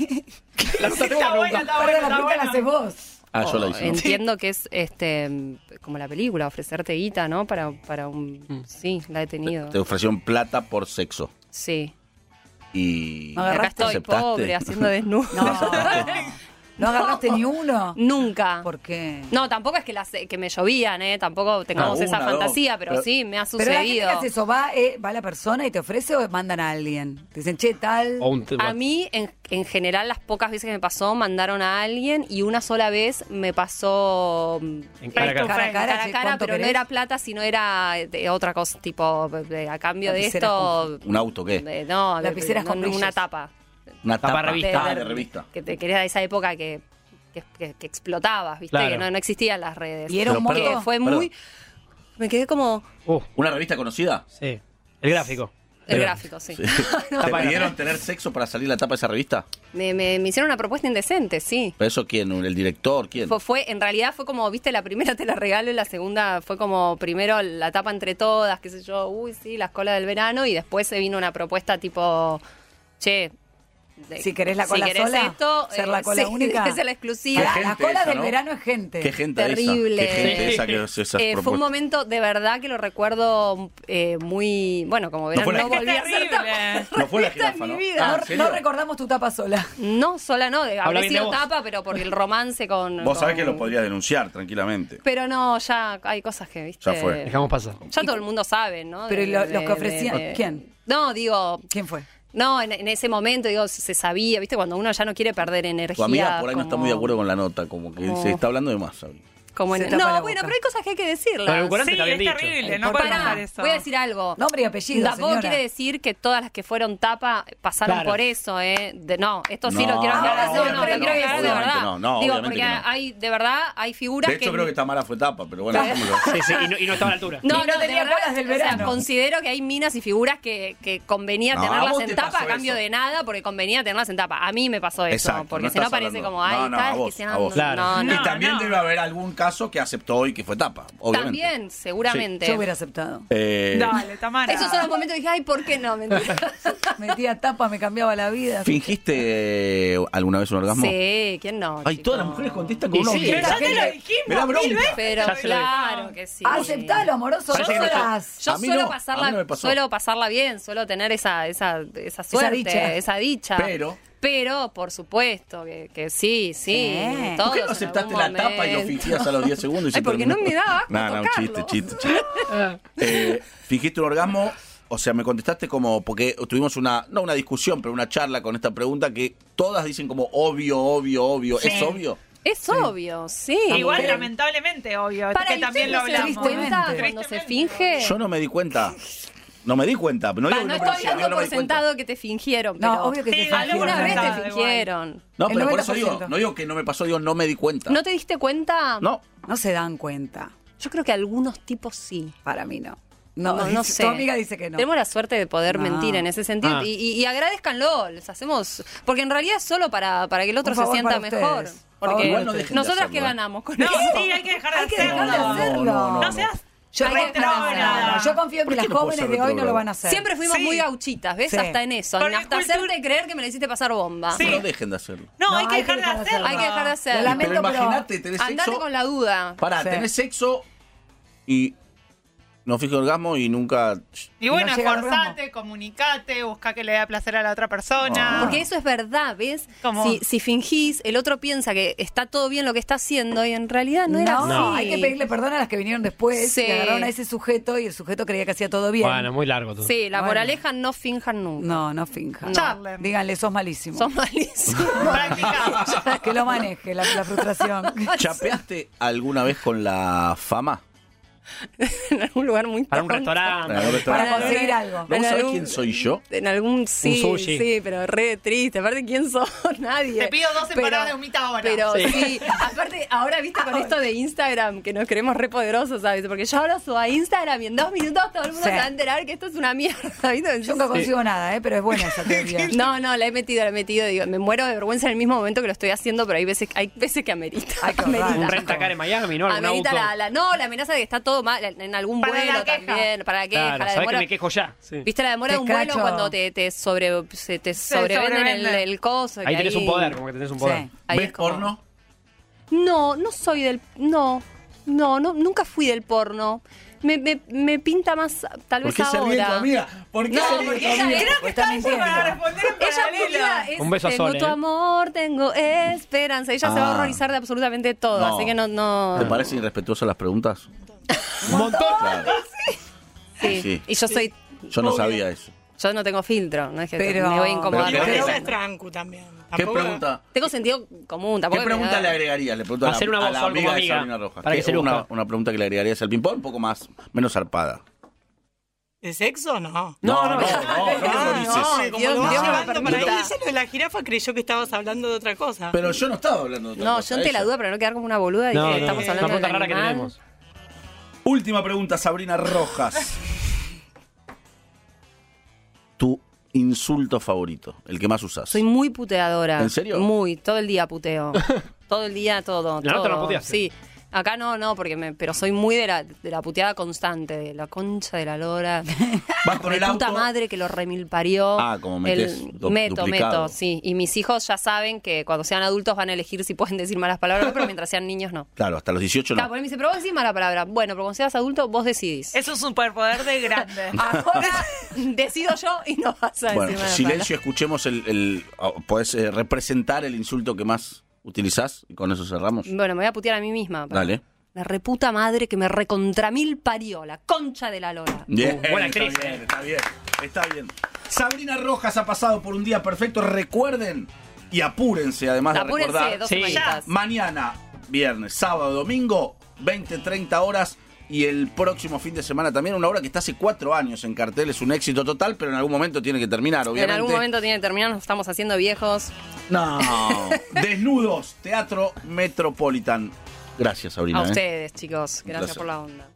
[SPEAKER 4] La anotaste vos
[SPEAKER 5] Está
[SPEAKER 4] la pregunta.
[SPEAKER 5] buena, está
[SPEAKER 6] Ahora la
[SPEAKER 5] buena, está
[SPEAKER 6] pregunta la
[SPEAKER 5] buena.
[SPEAKER 6] haces vos.
[SPEAKER 2] Ah, yo la
[SPEAKER 3] O
[SPEAKER 2] hice. ¿no?
[SPEAKER 3] Entiendo que es este como la película, ofrecerte guita, ¿no? Para, para
[SPEAKER 6] Mm.
[SPEAKER 3] un... Sí, la he tenido.
[SPEAKER 2] Te ofrecieron plata por sexo.
[SPEAKER 3] Sí.
[SPEAKER 2] Y.
[SPEAKER 6] No,
[SPEAKER 3] Acá
[SPEAKER 6] ¿Agarraste?
[SPEAKER 3] estoy
[SPEAKER 2] ¿Aceptaste?
[SPEAKER 3] pobre, haciendo desnudo.
[SPEAKER 6] No. ¿No agarraste ni uno?
[SPEAKER 3] Nunca.
[SPEAKER 6] ¿Por qué?
[SPEAKER 3] No, tampoco es que, las, que me llovían, ¿eh? Tampoco tengamos
[SPEAKER 2] Ah,
[SPEAKER 3] esa
[SPEAKER 2] una,
[SPEAKER 3] fantasía,
[SPEAKER 2] dos.
[SPEAKER 3] pero,
[SPEAKER 2] Pero-
[SPEAKER 3] sí, me ha
[SPEAKER 6] Pero la gente que
[SPEAKER 3] sucedido.
[SPEAKER 6] hace eso, ¿va, eh, ¿va la persona y te ofrece o mandan a alguien? Te dicen, che, tal.
[SPEAKER 4] O un
[SPEAKER 3] A mí, en, en general, las pocas veces que me pasó, mandaron a alguien y una sola vez me pasó mm,
[SPEAKER 4] En cara a cara.
[SPEAKER 6] cara a cara,
[SPEAKER 3] cara a
[SPEAKER 6] che,
[SPEAKER 3] cara,
[SPEAKER 6] ¿cuánto
[SPEAKER 3] pero no
[SPEAKER 6] querés?
[SPEAKER 3] era plata, sino era de otra cosa, tipo, de- a cambio de
[SPEAKER 6] Lapiceras
[SPEAKER 3] esto...
[SPEAKER 2] ¿Un auto qué?
[SPEAKER 3] de- no, de-
[SPEAKER 6] Lapiceras
[SPEAKER 3] no,
[SPEAKER 6] con
[SPEAKER 3] no, una
[SPEAKER 6] brillos.
[SPEAKER 3] tapa.
[SPEAKER 2] Una
[SPEAKER 4] Tapa
[SPEAKER 2] tapa.
[SPEAKER 4] revista.
[SPEAKER 2] Ah, de revista.
[SPEAKER 3] Que te querías de esa época que, que, que- que explotabas, ¿viste?
[SPEAKER 4] Claro.
[SPEAKER 3] Que no, no existían las redes.
[SPEAKER 6] Y era un
[SPEAKER 2] Pero,
[SPEAKER 6] moto.
[SPEAKER 2] perdón,
[SPEAKER 3] que fue
[SPEAKER 2] perdón.
[SPEAKER 3] muy... Me quedé como...
[SPEAKER 4] Uh,
[SPEAKER 2] ¿Una revista conocida?
[SPEAKER 4] sí. El gráfico.
[SPEAKER 3] El gráfico, sí.
[SPEAKER 2] ¿Te pidieron tener sexo para salir la tapa de esa revista?
[SPEAKER 3] Me, me- me hicieron una propuesta indecente, sí.
[SPEAKER 2] ¿Pero eso quién? ¿El director? ¿Quién?
[SPEAKER 3] Fue, fue- en realidad fue como, viste, la primera te la regalo y la segunda fue como primero la tapa entre todas, qué sé yo, uy, sí, las colas del verano y después se vino una propuesta tipo, che, de-
[SPEAKER 6] Si querés la cola
[SPEAKER 3] si querés
[SPEAKER 6] sola,
[SPEAKER 3] esto, eh,
[SPEAKER 6] ser la cola
[SPEAKER 3] sí,
[SPEAKER 6] única.
[SPEAKER 3] es la
[SPEAKER 2] Qué
[SPEAKER 3] exclusiva.
[SPEAKER 6] Pará, la
[SPEAKER 2] gente
[SPEAKER 6] cola
[SPEAKER 2] esa,
[SPEAKER 6] del
[SPEAKER 2] ¿no?
[SPEAKER 6] verano es gente.
[SPEAKER 2] ¿Qué gente
[SPEAKER 3] Terrible.
[SPEAKER 2] esa? ¿Qué gente esa que hace esas
[SPEAKER 3] Eh, fue un
[SPEAKER 2] propuestas?
[SPEAKER 3] momento de verdad que lo recuerdo eh, muy, bueno, como verán,
[SPEAKER 2] fue la-
[SPEAKER 3] no, volví a hacer
[SPEAKER 5] Terrible.
[SPEAKER 3] tapa.
[SPEAKER 2] No fue la
[SPEAKER 3] Esta es
[SPEAKER 2] jirafa,
[SPEAKER 3] mi
[SPEAKER 2] ¿no?
[SPEAKER 3] vida.
[SPEAKER 2] Ah,
[SPEAKER 6] No,
[SPEAKER 2] ¿en serio?
[SPEAKER 6] no recordamos tu tapa sola.
[SPEAKER 3] No, sola no, de, habré
[SPEAKER 4] bien de
[SPEAKER 3] sido
[SPEAKER 4] vos.
[SPEAKER 3] tapa, pero porque el romance con...
[SPEAKER 2] Vos sabés
[SPEAKER 3] con-
[SPEAKER 2] que lo podrías denunciar tranquilamente.
[SPEAKER 3] Pero no, ya hay cosas que, viste...
[SPEAKER 2] Ya fue.
[SPEAKER 4] Dejamos pasar.
[SPEAKER 3] Ya todo el mundo sabe, ¿no?
[SPEAKER 6] Pero lo- los que ofrecían- ¿quién?
[SPEAKER 3] No, digo,
[SPEAKER 6] ¿Quién fue?
[SPEAKER 3] no, en, en ese momento, digo, se, se sabía, ¿viste? Cuando uno ya no quiere perder energía.
[SPEAKER 2] Tu amiga por ahí no está
[SPEAKER 3] como-
[SPEAKER 2] muy de acuerdo con la nota, como que
[SPEAKER 3] como-
[SPEAKER 2] se está hablando de más. Sabrina.
[SPEAKER 3] como en-
[SPEAKER 6] Se tapa la
[SPEAKER 3] No,
[SPEAKER 6] boca.
[SPEAKER 3] bueno, pero hay cosas que hay que decirlas.
[SPEAKER 4] Pero el Corán
[SPEAKER 5] Sí,
[SPEAKER 4] está bien
[SPEAKER 5] es
[SPEAKER 4] dicho.
[SPEAKER 5] terrible, no
[SPEAKER 3] Pará,
[SPEAKER 5] puede pasar eso.
[SPEAKER 3] voy a decir algo.
[SPEAKER 6] Nombre y apellido,
[SPEAKER 3] Tampoco
[SPEAKER 6] señora.
[SPEAKER 3] quiere decir que todas las que fueron tapa pasaron
[SPEAKER 4] Claro.
[SPEAKER 3] por eso, ¿eh? De- no, esto sí
[SPEAKER 2] No,
[SPEAKER 3] lo quiero aclarar.
[SPEAKER 6] no,
[SPEAKER 3] No, no, lo
[SPEAKER 6] obviamente
[SPEAKER 3] quiero aclarar
[SPEAKER 2] no,
[SPEAKER 3] de
[SPEAKER 2] obviamente
[SPEAKER 3] verdad.
[SPEAKER 2] no, no,
[SPEAKER 3] digo,
[SPEAKER 2] obviamente
[SPEAKER 3] porque
[SPEAKER 2] que no.
[SPEAKER 3] hay, de verdad, hay figuras
[SPEAKER 2] De hecho, creo que Tamara fue tapa, pero bueno, dejémoslo.
[SPEAKER 4] Sí, sí, y no, y no estaba a la altura.
[SPEAKER 3] No,
[SPEAKER 6] Y
[SPEAKER 3] no,
[SPEAKER 6] no
[SPEAKER 3] de
[SPEAKER 6] tenía
[SPEAKER 3] verdad,
[SPEAKER 6] bolas del
[SPEAKER 3] o sea,
[SPEAKER 6] verano.
[SPEAKER 3] considero que hay minas y figuras que, que convenía
[SPEAKER 2] No, a
[SPEAKER 3] tenerlas
[SPEAKER 2] vos
[SPEAKER 3] en
[SPEAKER 2] te
[SPEAKER 3] tapa a
[SPEAKER 2] pasó
[SPEAKER 3] cambio
[SPEAKER 2] eso.
[SPEAKER 3] de nada, porque convenía tenerlas en tapa. A mí me pasó eso,
[SPEAKER 2] Exacto,
[SPEAKER 3] porque
[SPEAKER 2] no
[SPEAKER 3] si no
[SPEAKER 2] estás
[SPEAKER 3] parece
[SPEAKER 2] hablando.
[SPEAKER 3] como, ay,
[SPEAKER 2] No, no,
[SPEAKER 3] tal,
[SPEAKER 2] a
[SPEAKER 3] que
[SPEAKER 2] vos,
[SPEAKER 3] se
[SPEAKER 2] a
[SPEAKER 3] han-
[SPEAKER 2] vos.
[SPEAKER 4] Claro.
[SPEAKER 3] no, no.
[SPEAKER 2] y también
[SPEAKER 5] no.
[SPEAKER 2] debe haber algún caso que aceptó y que fue tapa, obviamente.
[SPEAKER 3] También, seguramente.
[SPEAKER 6] Yo hubiera aceptado.
[SPEAKER 2] Eh,
[SPEAKER 5] Dale, Tamara.
[SPEAKER 3] Esos son los momentos que dije, ay, ¿por qué no? Mentira.
[SPEAKER 6] Metía tapa, me cambiaba la vida.
[SPEAKER 2] ¿Fingiste eh, alguna vez un orgasmo?
[SPEAKER 3] sí, ¿quién no?
[SPEAKER 2] Ay,
[SPEAKER 3] chico?
[SPEAKER 2] todas las mujeres contestan con
[SPEAKER 4] Y
[SPEAKER 2] una
[SPEAKER 4] sí,
[SPEAKER 5] Pero ya te
[SPEAKER 6] gente-
[SPEAKER 5] lo dijimos
[SPEAKER 2] me da bronca.
[SPEAKER 5] mil veces.
[SPEAKER 3] Pero
[SPEAKER 4] Ya se lo dije.
[SPEAKER 3] claro que sí.
[SPEAKER 6] Aceptalo, amoroso.
[SPEAKER 4] Parece
[SPEAKER 6] no
[SPEAKER 4] que no
[SPEAKER 6] jodas.
[SPEAKER 3] Yo
[SPEAKER 2] A mí
[SPEAKER 3] suelo,
[SPEAKER 2] no, a
[SPEAKER 3] pasarla,
[SPEAKER 2] mí no me pasó.
[SPEAKER 3] suelo pasarla bien, suelo tener esa, esa, esa suerte, esa
[SPEAKER 6] dicha.
[SPEAKER 3] dicha.
[SPEAKER 2] Pero-
[SPEAKER 3] Pero, por supuesto, que, que sí, sí.
[SPEAKER 6] Sí.
[SPEAKER 3] todos
[SPEAKER 2] ¿Por qué no
[SPEAKER 3] en
[SPEAKER 2] aceptaste la
[SPEAKER 3] algún
[SPEAKER 2] tapa y lo
[SPEAKER 3] momento.
[SPEAKER 2] fingías a los 10 segundos? Y
[SPEAKER 3] Ay,
[SPEAKER 2] se
[SPEAKER 3] porque
[SPEAKER 2] terminó?
[SPEAKER 3] no me daba asco
[SPEAKER 2] No, no, un chiste,
[SPEAKER 3] tocarlo.
[SPEAKER 2] chiste, chiste. Eh, ¿Fingiste un orgasmo? O sea, me contestaste como, porque tuvimos una, no una discusión, pero una charla con esta pregunta que todas dicen como obvio, obvio, obvio. ¿Es obvio?
[SPEAKER 3] Es obvio, sí.
[SPEAKER 5] Igual, lamentablemente, obvio.
[SPEAKER 3] Para
[SPEAKER 5] que
[SPEAKER 3] ¿y
[SPEAKER 5] también lo
[SPEAKER 3] ustedes no
[SPEAKER 5] hablamos.
[SPEAKER 3] Se dan cuenta cuando se
[SPEAKER 5] Tristemente.
[SPEAKER 3] finge.
[SPEAKER 2] Yo no me di cuenta. No me di cuenta. No, digo
[SPEAKER 3] Va,
[SPEAKER 2] que no
[SPEAKER 3] no
[SPEAKER 2] me
[SPEAKER 3] estoy
[SPEAKER 2] lo hicieron, digo,
[SPEAKER 3] dando
[SPEAKER 2] no me
[SPEAKER 3] por
[SPEAKER 2] di cuenta.
[SPEAKER 3] sentado que te fingieron,
[SPEAKER 6] No,
[SPEAKER 3] pero
[SPEAKER 6] obvio que
[SPEAKER 5] Sí,
[SPEAKER 6] te
[SPEAKER 5] algo
[SPEAKER 3] alguna
[SPEAKER 5] por
[SPEAKER 3] vez
[SPEAKER 5] sentado,
[SPEAKER 3] te
[SPEAKER 5] igual.
[SPEAKER 3] fingieron.
[SPEAKER 2] No,
[SPEAKER 6] El
[SPEAKER 2] pero por eso
[SPEAKER 6] 90%.
[SPEAKER 2] digo, no digo que no me pasó, digo, no me di cuenta.
[SPEAKER 3] ¿No te diste cuenta?
[SPEAKER 2] No.
[SPEAKER 6] No se dan cuenta.
[SPEAKER 3] Yo creo que algunos tipos sí.
[SPEAKER 6] Para mí no. No,
[SPEAKER 3] no,
[SPEAKER 6] dice-
[SPEAKER 3] no sé.
[SPEAKER 6] Tu amiga dice que no. Ah.
[SPEAKER 3] Tenemos la suerte de poder
[SPEAKER 6] No.
[SPEAKER 3] mentir en ese sentido.
[SPEAKER 4] Ah.
[SPEAKER 3] Y, y- y agradezcanlo, les hacemos. Porque en realidad es solo para, para que el otro
[SPEAKER 6] Un favor
[SPEAKER 3] se sienta
[SPEAKER 6] para ustedes.
[SPEAKER 3] mejor. Porque
[SPEAKER 2] Igual no dejen de
[SPEAKER 3] nosotras
[SPEAKER 2] hacerlo,
[SPEAKER 3] que
[SPEAKER 2] ¿eh?
[SPEAKER 3] ganamos con
[SPEAKER 5] No,
[SPEAKER 3] eso.
[SPEAKER 5] sí, hay que dejar de
[SPEAKER 6] Hay que
[SPEAKER 5] hacerlo.
[SPEAKER 6] dejar de
[SPEAKER 2] No, no,
[SPEAKER 6] hacerlo.
[SPEAKER 2] no, no.
[SPEAKER 5] No seas
[SPEAKER 6] Yo,
[SPEAKER 3] Hay
[SPEAKER 6] creo-
[SPEAKER 3] que
[SPEAKER 5] retrógrada.
[SPEAKER 6] yo confío en
[SPEAKER 2] ¿Por qué
[SPEAKER 6] que las
[SPEAKER 2] no puedo
[SPEAKER 6] jóvenes
[SPEAKER 2] ser
[SPEAKER 6] de hoy no lo
[SPEAKER 2] retrógrada?
[SPEAKER 6] van a hacer.
[SPEAKER 3] Siempre fuimos
[SPEAKER 5] Sí.
[SPEAKER 3] muy gauchitas, ¿ves?
[SPEAKER 6] Sí.
[SPEAKER 3] Hasta en eso. En
[SPEAKER 5] Porque
[SPEAKER 3] hasta
[SPEAKER 5] cultura-
[SPEAKER 3] hacerte creer que me la hiciste pasar bomba.
[SPEAKER 5] Sí.
[SPEAKER 2] No dejen de hacerlo.
[SPEAKER 5] No, hay, que dejar de hacerlo.
[SPEAKER 3] Hay que dejar de hacerlo.
[SPEAKER 6] Lo lamento,
[SPEAKER 2] pero
[SPEAKER 6] pero-
[SPEAKER 2] imagínate, tenés
[SPEAKER 3] Andate
[SPEAKER 2] sexo.
[SPEAKER 3] con la duda.
[SPEAKER 2] Pará,
[SPEAKER 6] Sí.
[SPEAKER 2] tenés sexo y no fijo orgasmo y nunca.
[SPEAKER 5] Y bueno,
[SPEAKER 6] No llega el
[SPEAKER 5] esforzate, comunicate, busca que le dé placer a la otra persona.
[SPEAKER 2] Ah.
[SPEAKER 3] Porque eso es verdad, ¿ves?
[SPEAKER 5] ¿Cómo?
[SPEAKER 3] Si, si fingís, el otro piensa que está todo bien lo que está haciendo y en realidad no, era así.
[SPEAKER 4] No.
[SPEAKER 6] hay que pedirle perdón a las que vinieron después
[SPEAKER 3] Sí.
[SPEAKER 6] que agarraron a ese sujeto y el sujeto creía que hacía todo bien.
[SPEAKER 4] Bueno, muy largo todo.
[SPEAKER 3] Sí, la
[SPEAKER 6] Bueno.
[SPEAKER 3] moraleja no finjan nunca.
[SPEAKER 6] No, no finja.
[SPEAKER 3] No.
[SPEAKER 5] Charlen.
[SPEAKER 6] Díganle, sos malísimo.
[SPEAKER 3] Son malísimos.
[SPEAKER 5] Practicá.
[SPEAKER 6] que lo maneje la, la frustración.
[SPEAKER 2] ¿Chapeaste alguna vez con la fama?
[SPEAKER 3] en algún lugar muy
[SPEAKER 4] Para un
[SPEAKER 3] tonto.
[SPEAKER 4] restaurante.
[SPEAKER 2] Para un
[SPEAKER 6] Para
[SPEAKER 2] restaurante.
[SPEAKER 6] conseguir algo.
[SPEAKER 2] ¿No
[SPEAKER 3] En
[SPEAKER 2] sabés
[SPEAKER 3] algún-
[SPEAKER 2] quién soy yo?
[SPEAKER 3] En algún sí,
[SPEAKER 4] Un sushi.
[SPEAKER 3] sí, pero re triste. Aparte, ¿quién sos? Nadie.
[SPEAKER 5] Te pido dos
[SPEAKER 3] Pero-
[SPEAKER 5] empanadas de humita ahora.
[SPEAKER 3] Pero sí.
[SPEAKER 4] Sí.
[SPEAKER 3] aparte, ahora viste con esto de Instagram que nos creemos re poderosos, ¿sabes? Porque yo ahora subo a Instagram y en dos minutos todo el mundo
[SPEAKER 6] Sí.
[SPEAKER 3] se va a enterar que esto es una mierda, ¿viste?
[SPEAKER 6] Yo nunca consigo nada, ¿eh? pero es buena esa teoría.
[SPEAKER 3] No, no, la he metido, la he metido. Digo, me muero de vergüenza en el mismo momento que lo estoy haciendo, pero hay veces, hay veces que amerita.
[SPEAKER 6] Ay, qué
[SPEAKER 3] amerita.
[SPEAKER 6] horror.
[SPEAKER 4] Un rentacar en Miami, ¿no? Algún
[SPEAKER 3] Amerita
[SPEAKER 4] auto.
[SPEAKER 3] la, la- no, la amenaza de que está todo mal en algún
[SPEAKER 5] Para la
[SPEAKER 3] vuelo
[SPEAKER 5] queja.
[SPEAKER 3] también, para la queja,
[SPEAKER 4] Claro,
[SPEAKER 3] la
[SPEAKER 4] sabés que
[SPEAKER 3] demora.
[SPEAKER 4] me quejo ya. Sí.
[SPEAKER 3] Viste la demora
[SPEAKER 6] Te
[SPEAKER 3] de un vuelo
[SPEAKER 6] cacho.
[SPEAKER 3] cuando te, te, sobre, se te sobrevenden el,
[SPEAKER 5] sobrevenden.
[SPEAKER 3] el coso. que
[SPEAKER 4] Ahí tenés un poder, como que tenés un
[SPEAKER 6] Sí.
[SPEAKER 4] poder.
[SPEAKER 3] ahí
[SPEAKER 2] ¿Ves
[SPEAKER 3] es como-
[SPEAKER 2] porno?
[SPEAKER 3] No, no soy del. No, no, no nunca fui del porno. Me, me, me pinta más, tal
[SPEAKER 2] ¿Por
[SPEAKER 3] vez
[SPEAKER 2] qué se ríe tu
[SPEAKER 3] amiga?
[SPEAKER 2] amiga? ¿Por qué
[SPEAKER 3] No,
[SPEAKER 2] se ríe
[SPEAKER 3] porque
[SPEAKER 2] tu
[SPEAKER 3] ella
[SPEAKER 2] amiga?
[SPEAKER 3] era-
[SPEAKER 6] Vos estás mintiendo.
[SPEAKER 5] Para responder en
[SPEAKER 3] Ella
[SPEAKER 5] paralelo.
[SPEAKER 3] mira, es,
[SPEAKER 4] Un beso a
[SPEAKER 3] tengo
[SPEAKER 4] Sole,
[SPEAKER 3] tu
[SPEAKER 4] ¿eh?
[SPEAKER 3] amor, tengo esperanza. Ella se va a
[SPEAKER 2] Ah.
[SPEAKER 3] horrorizar de absolutamente todo,
[SPEAKER 2] No.
[SPEAKER 3] así que no, no.
[SPEAKER 2] ¿Te parece irrespetuoso las preguntas?
[SPEAKER 4] Un montón.
[SPEAKER 2] Claro.
[SPEAKER 3] Sí.
[SPEAKER 2] Sí.
[SPEAKER 3] Y yo soy,
[SPEAKER 2] Yo no sabía eso.
[SPEAKER 3] yo no tengo filtro, no es que
[SPEAKER 6] Pero-
[SPEAKER 3] me voy a incomodar.
[SPEAKER 2] Pero-
[SPEAKER 3] con
[SPEAKER 2] pero-
[SPEAKER 3] ella.
[SPEAKER 7] es tranco también.
[SPEAKER 2] ¿Qué
[SPEAKER 7] Tampoco-
[SPEAKER 2] pregunta?
[SPEAKER 3] tengo sentido común,
[SPEAKER 2] ¿Qué
[SPEAKER 3] tampoco. es que-
[SPEAKER 2] pregunta le agregarías? Le pregunto a la,
[SPEAKER 4] Hacer una voz
[SPEAKER 2] a la
[SPEAKER 4] solo como
[SPEAKER 2] amiga de
[SPEAKER 4] amiga,
[SPEAKER 2] Sabrina Rojas.
[SPEAKER 4] para
[SPEAKER 2] ¿Qué-
[SPEAKER 4] que se
[SPEAKER 2] una,
[SPEAKER 4] luzca.
[SPEAKER 2] una pregunta que le agregarías al ping-pong, un poco más, menos zarpada.
[SPEAKER 7] ¿De sexo? No.
[SPEAKER 4] No, no,
[SPEAKER 2] no, no, no, no lo dices.
[SPEAKER 7] Ay, como
[SPEAKER 3] Dios
[SPEAKER 7] lo vas
[SPEAKER 3] mío,
[SPEAKER 7] llevando
[SPEAKER 3] me
[SPEAKER 7] para
[SPEAKER 3] permita.
[SPEAKER 7] ahí, ese lo de la jirafa creyó que estabas hablando de otra cosa.
[SPEAKER 2] Pero yo no estaba hablando de otra
[SPEAKER 3] No,
[SPEAKER 2] cosa,
[SPEAKER 3] yo ante la
[SPEAKER 2] ella.
[SPEAKER 3] duda, pero no quedar como una boluda. y
[SPEAKER 4] No,
[SPEAKER 3] que
[SPEAKER 4] no,
[SPEAKER 3] estamos
[SPEAKER 4] no. Una
[SPEAKER 3] hablando de
[SPEAKER 4] pregunta rara que tenemos.
[SPEAKER 2] Última pregunta, Sabrina Rojas. tu insulto favorito, el que más usas.
[SPEAKER 3] Soy muy puteadora.
[SPEAKER 2] ¿En serio?
[SPEAKER 3] Muy, todo el día puteo. todo el día, todo.
[SPEAKER 4] La
[SPEAKER 3] todo.
[SPEAKER 4] nota la puteaste.
[SPEAKER 3] Sí. Acá no, no, porque me, pero soy muy de la, de la puteada constante, de la concha de la lora.
[SPEAKER 2] Vas con
[SPEAKER 3] Mi
[SPEAKER 2] el
[SPEAKER 3] puta
[SPEAKER 2] auto.
[SPEAKER 3] madre que lo remilparió.
[SPEAKER 2] Ah, como metés
[SPEAKER 3] El-
[SPEAKER 2] du-
[SPEAKER 3] meto,
[SPEAKER 2] duplicado.
[SPEAKER 3] meto, sí. Y mis hijos ya saben que cuando sean adultos van a elegir si pueden decir malas palabras, o no, pero mientras sean niños no.
[SPEAKER 2] Claro, hasta los 18
[SPEAKER 3] Claro,
[SPEAKER 2] no.
[SPEAKER 3] porque me dice, pero vos decís mala palabra. Bueno, pero cuando seas adulto, vos decidís.
[SPEAKER 5] Es un superpoder de grande.
[SPEAKER 3] Ahora decido yo y no vas a decir
[SPEAKER 2] Bueno,
[SPEAKER 3] mala palabra.
[SPEAKER 2] silencio, escuchemos el... el- oh, ¿Podés eh, representar el insulto que más utilizás? Y con eso cerramos.
[SPEAKER 3] Bueno, me voy a putear a mí misma. pero-
[SPEAKER 2] Dale.
[SPEAKER 3] La reputa madre que me recontra mil parió, la concha de la lora.
[SPEAKER 2] Bien,
[SPEAKER 4] buena actriz,
[SPEAKER 2] Está bien,
[SPEAKER 4] eh.
[SPEAKER 2] está bien, está bien. Sabrina Rojas ha pasado por un día perfecto. Recuerden y apúrense, además
[SPEAKER 3] Apúrense,
[SPEAKER 2] de recordar.
[SPEAKER 3] dos
[SPEAKER 4] Sí.
[SPEAKER 3] semanitas.
[SPEAKER 2] Mañana, viernes, sábado, domingo, 20, 30 horas. Y el próximo fin de semana también, una obra que está hace cuatro años en cartel, es un éxito total, pero en algún momento tiene que terminar,
[SPEAKER 3] En
[SPEAKER 2] obviamente.
[SPEAKER 3] algún momento tiene que terminar, nos estamos haciendo viejos.
[SPEAKER 2] No. Desnudos, Teatro Metropolitan. Gracias, ¿eh? Sabrina.
[SPEAKER 3] A
[SPEAKER 2] ¿eh?
[SPEAKER 3] ustedes, chicos. Gracias
[SPEAKER 2] placer.
[SPEAKER 3] por la onda.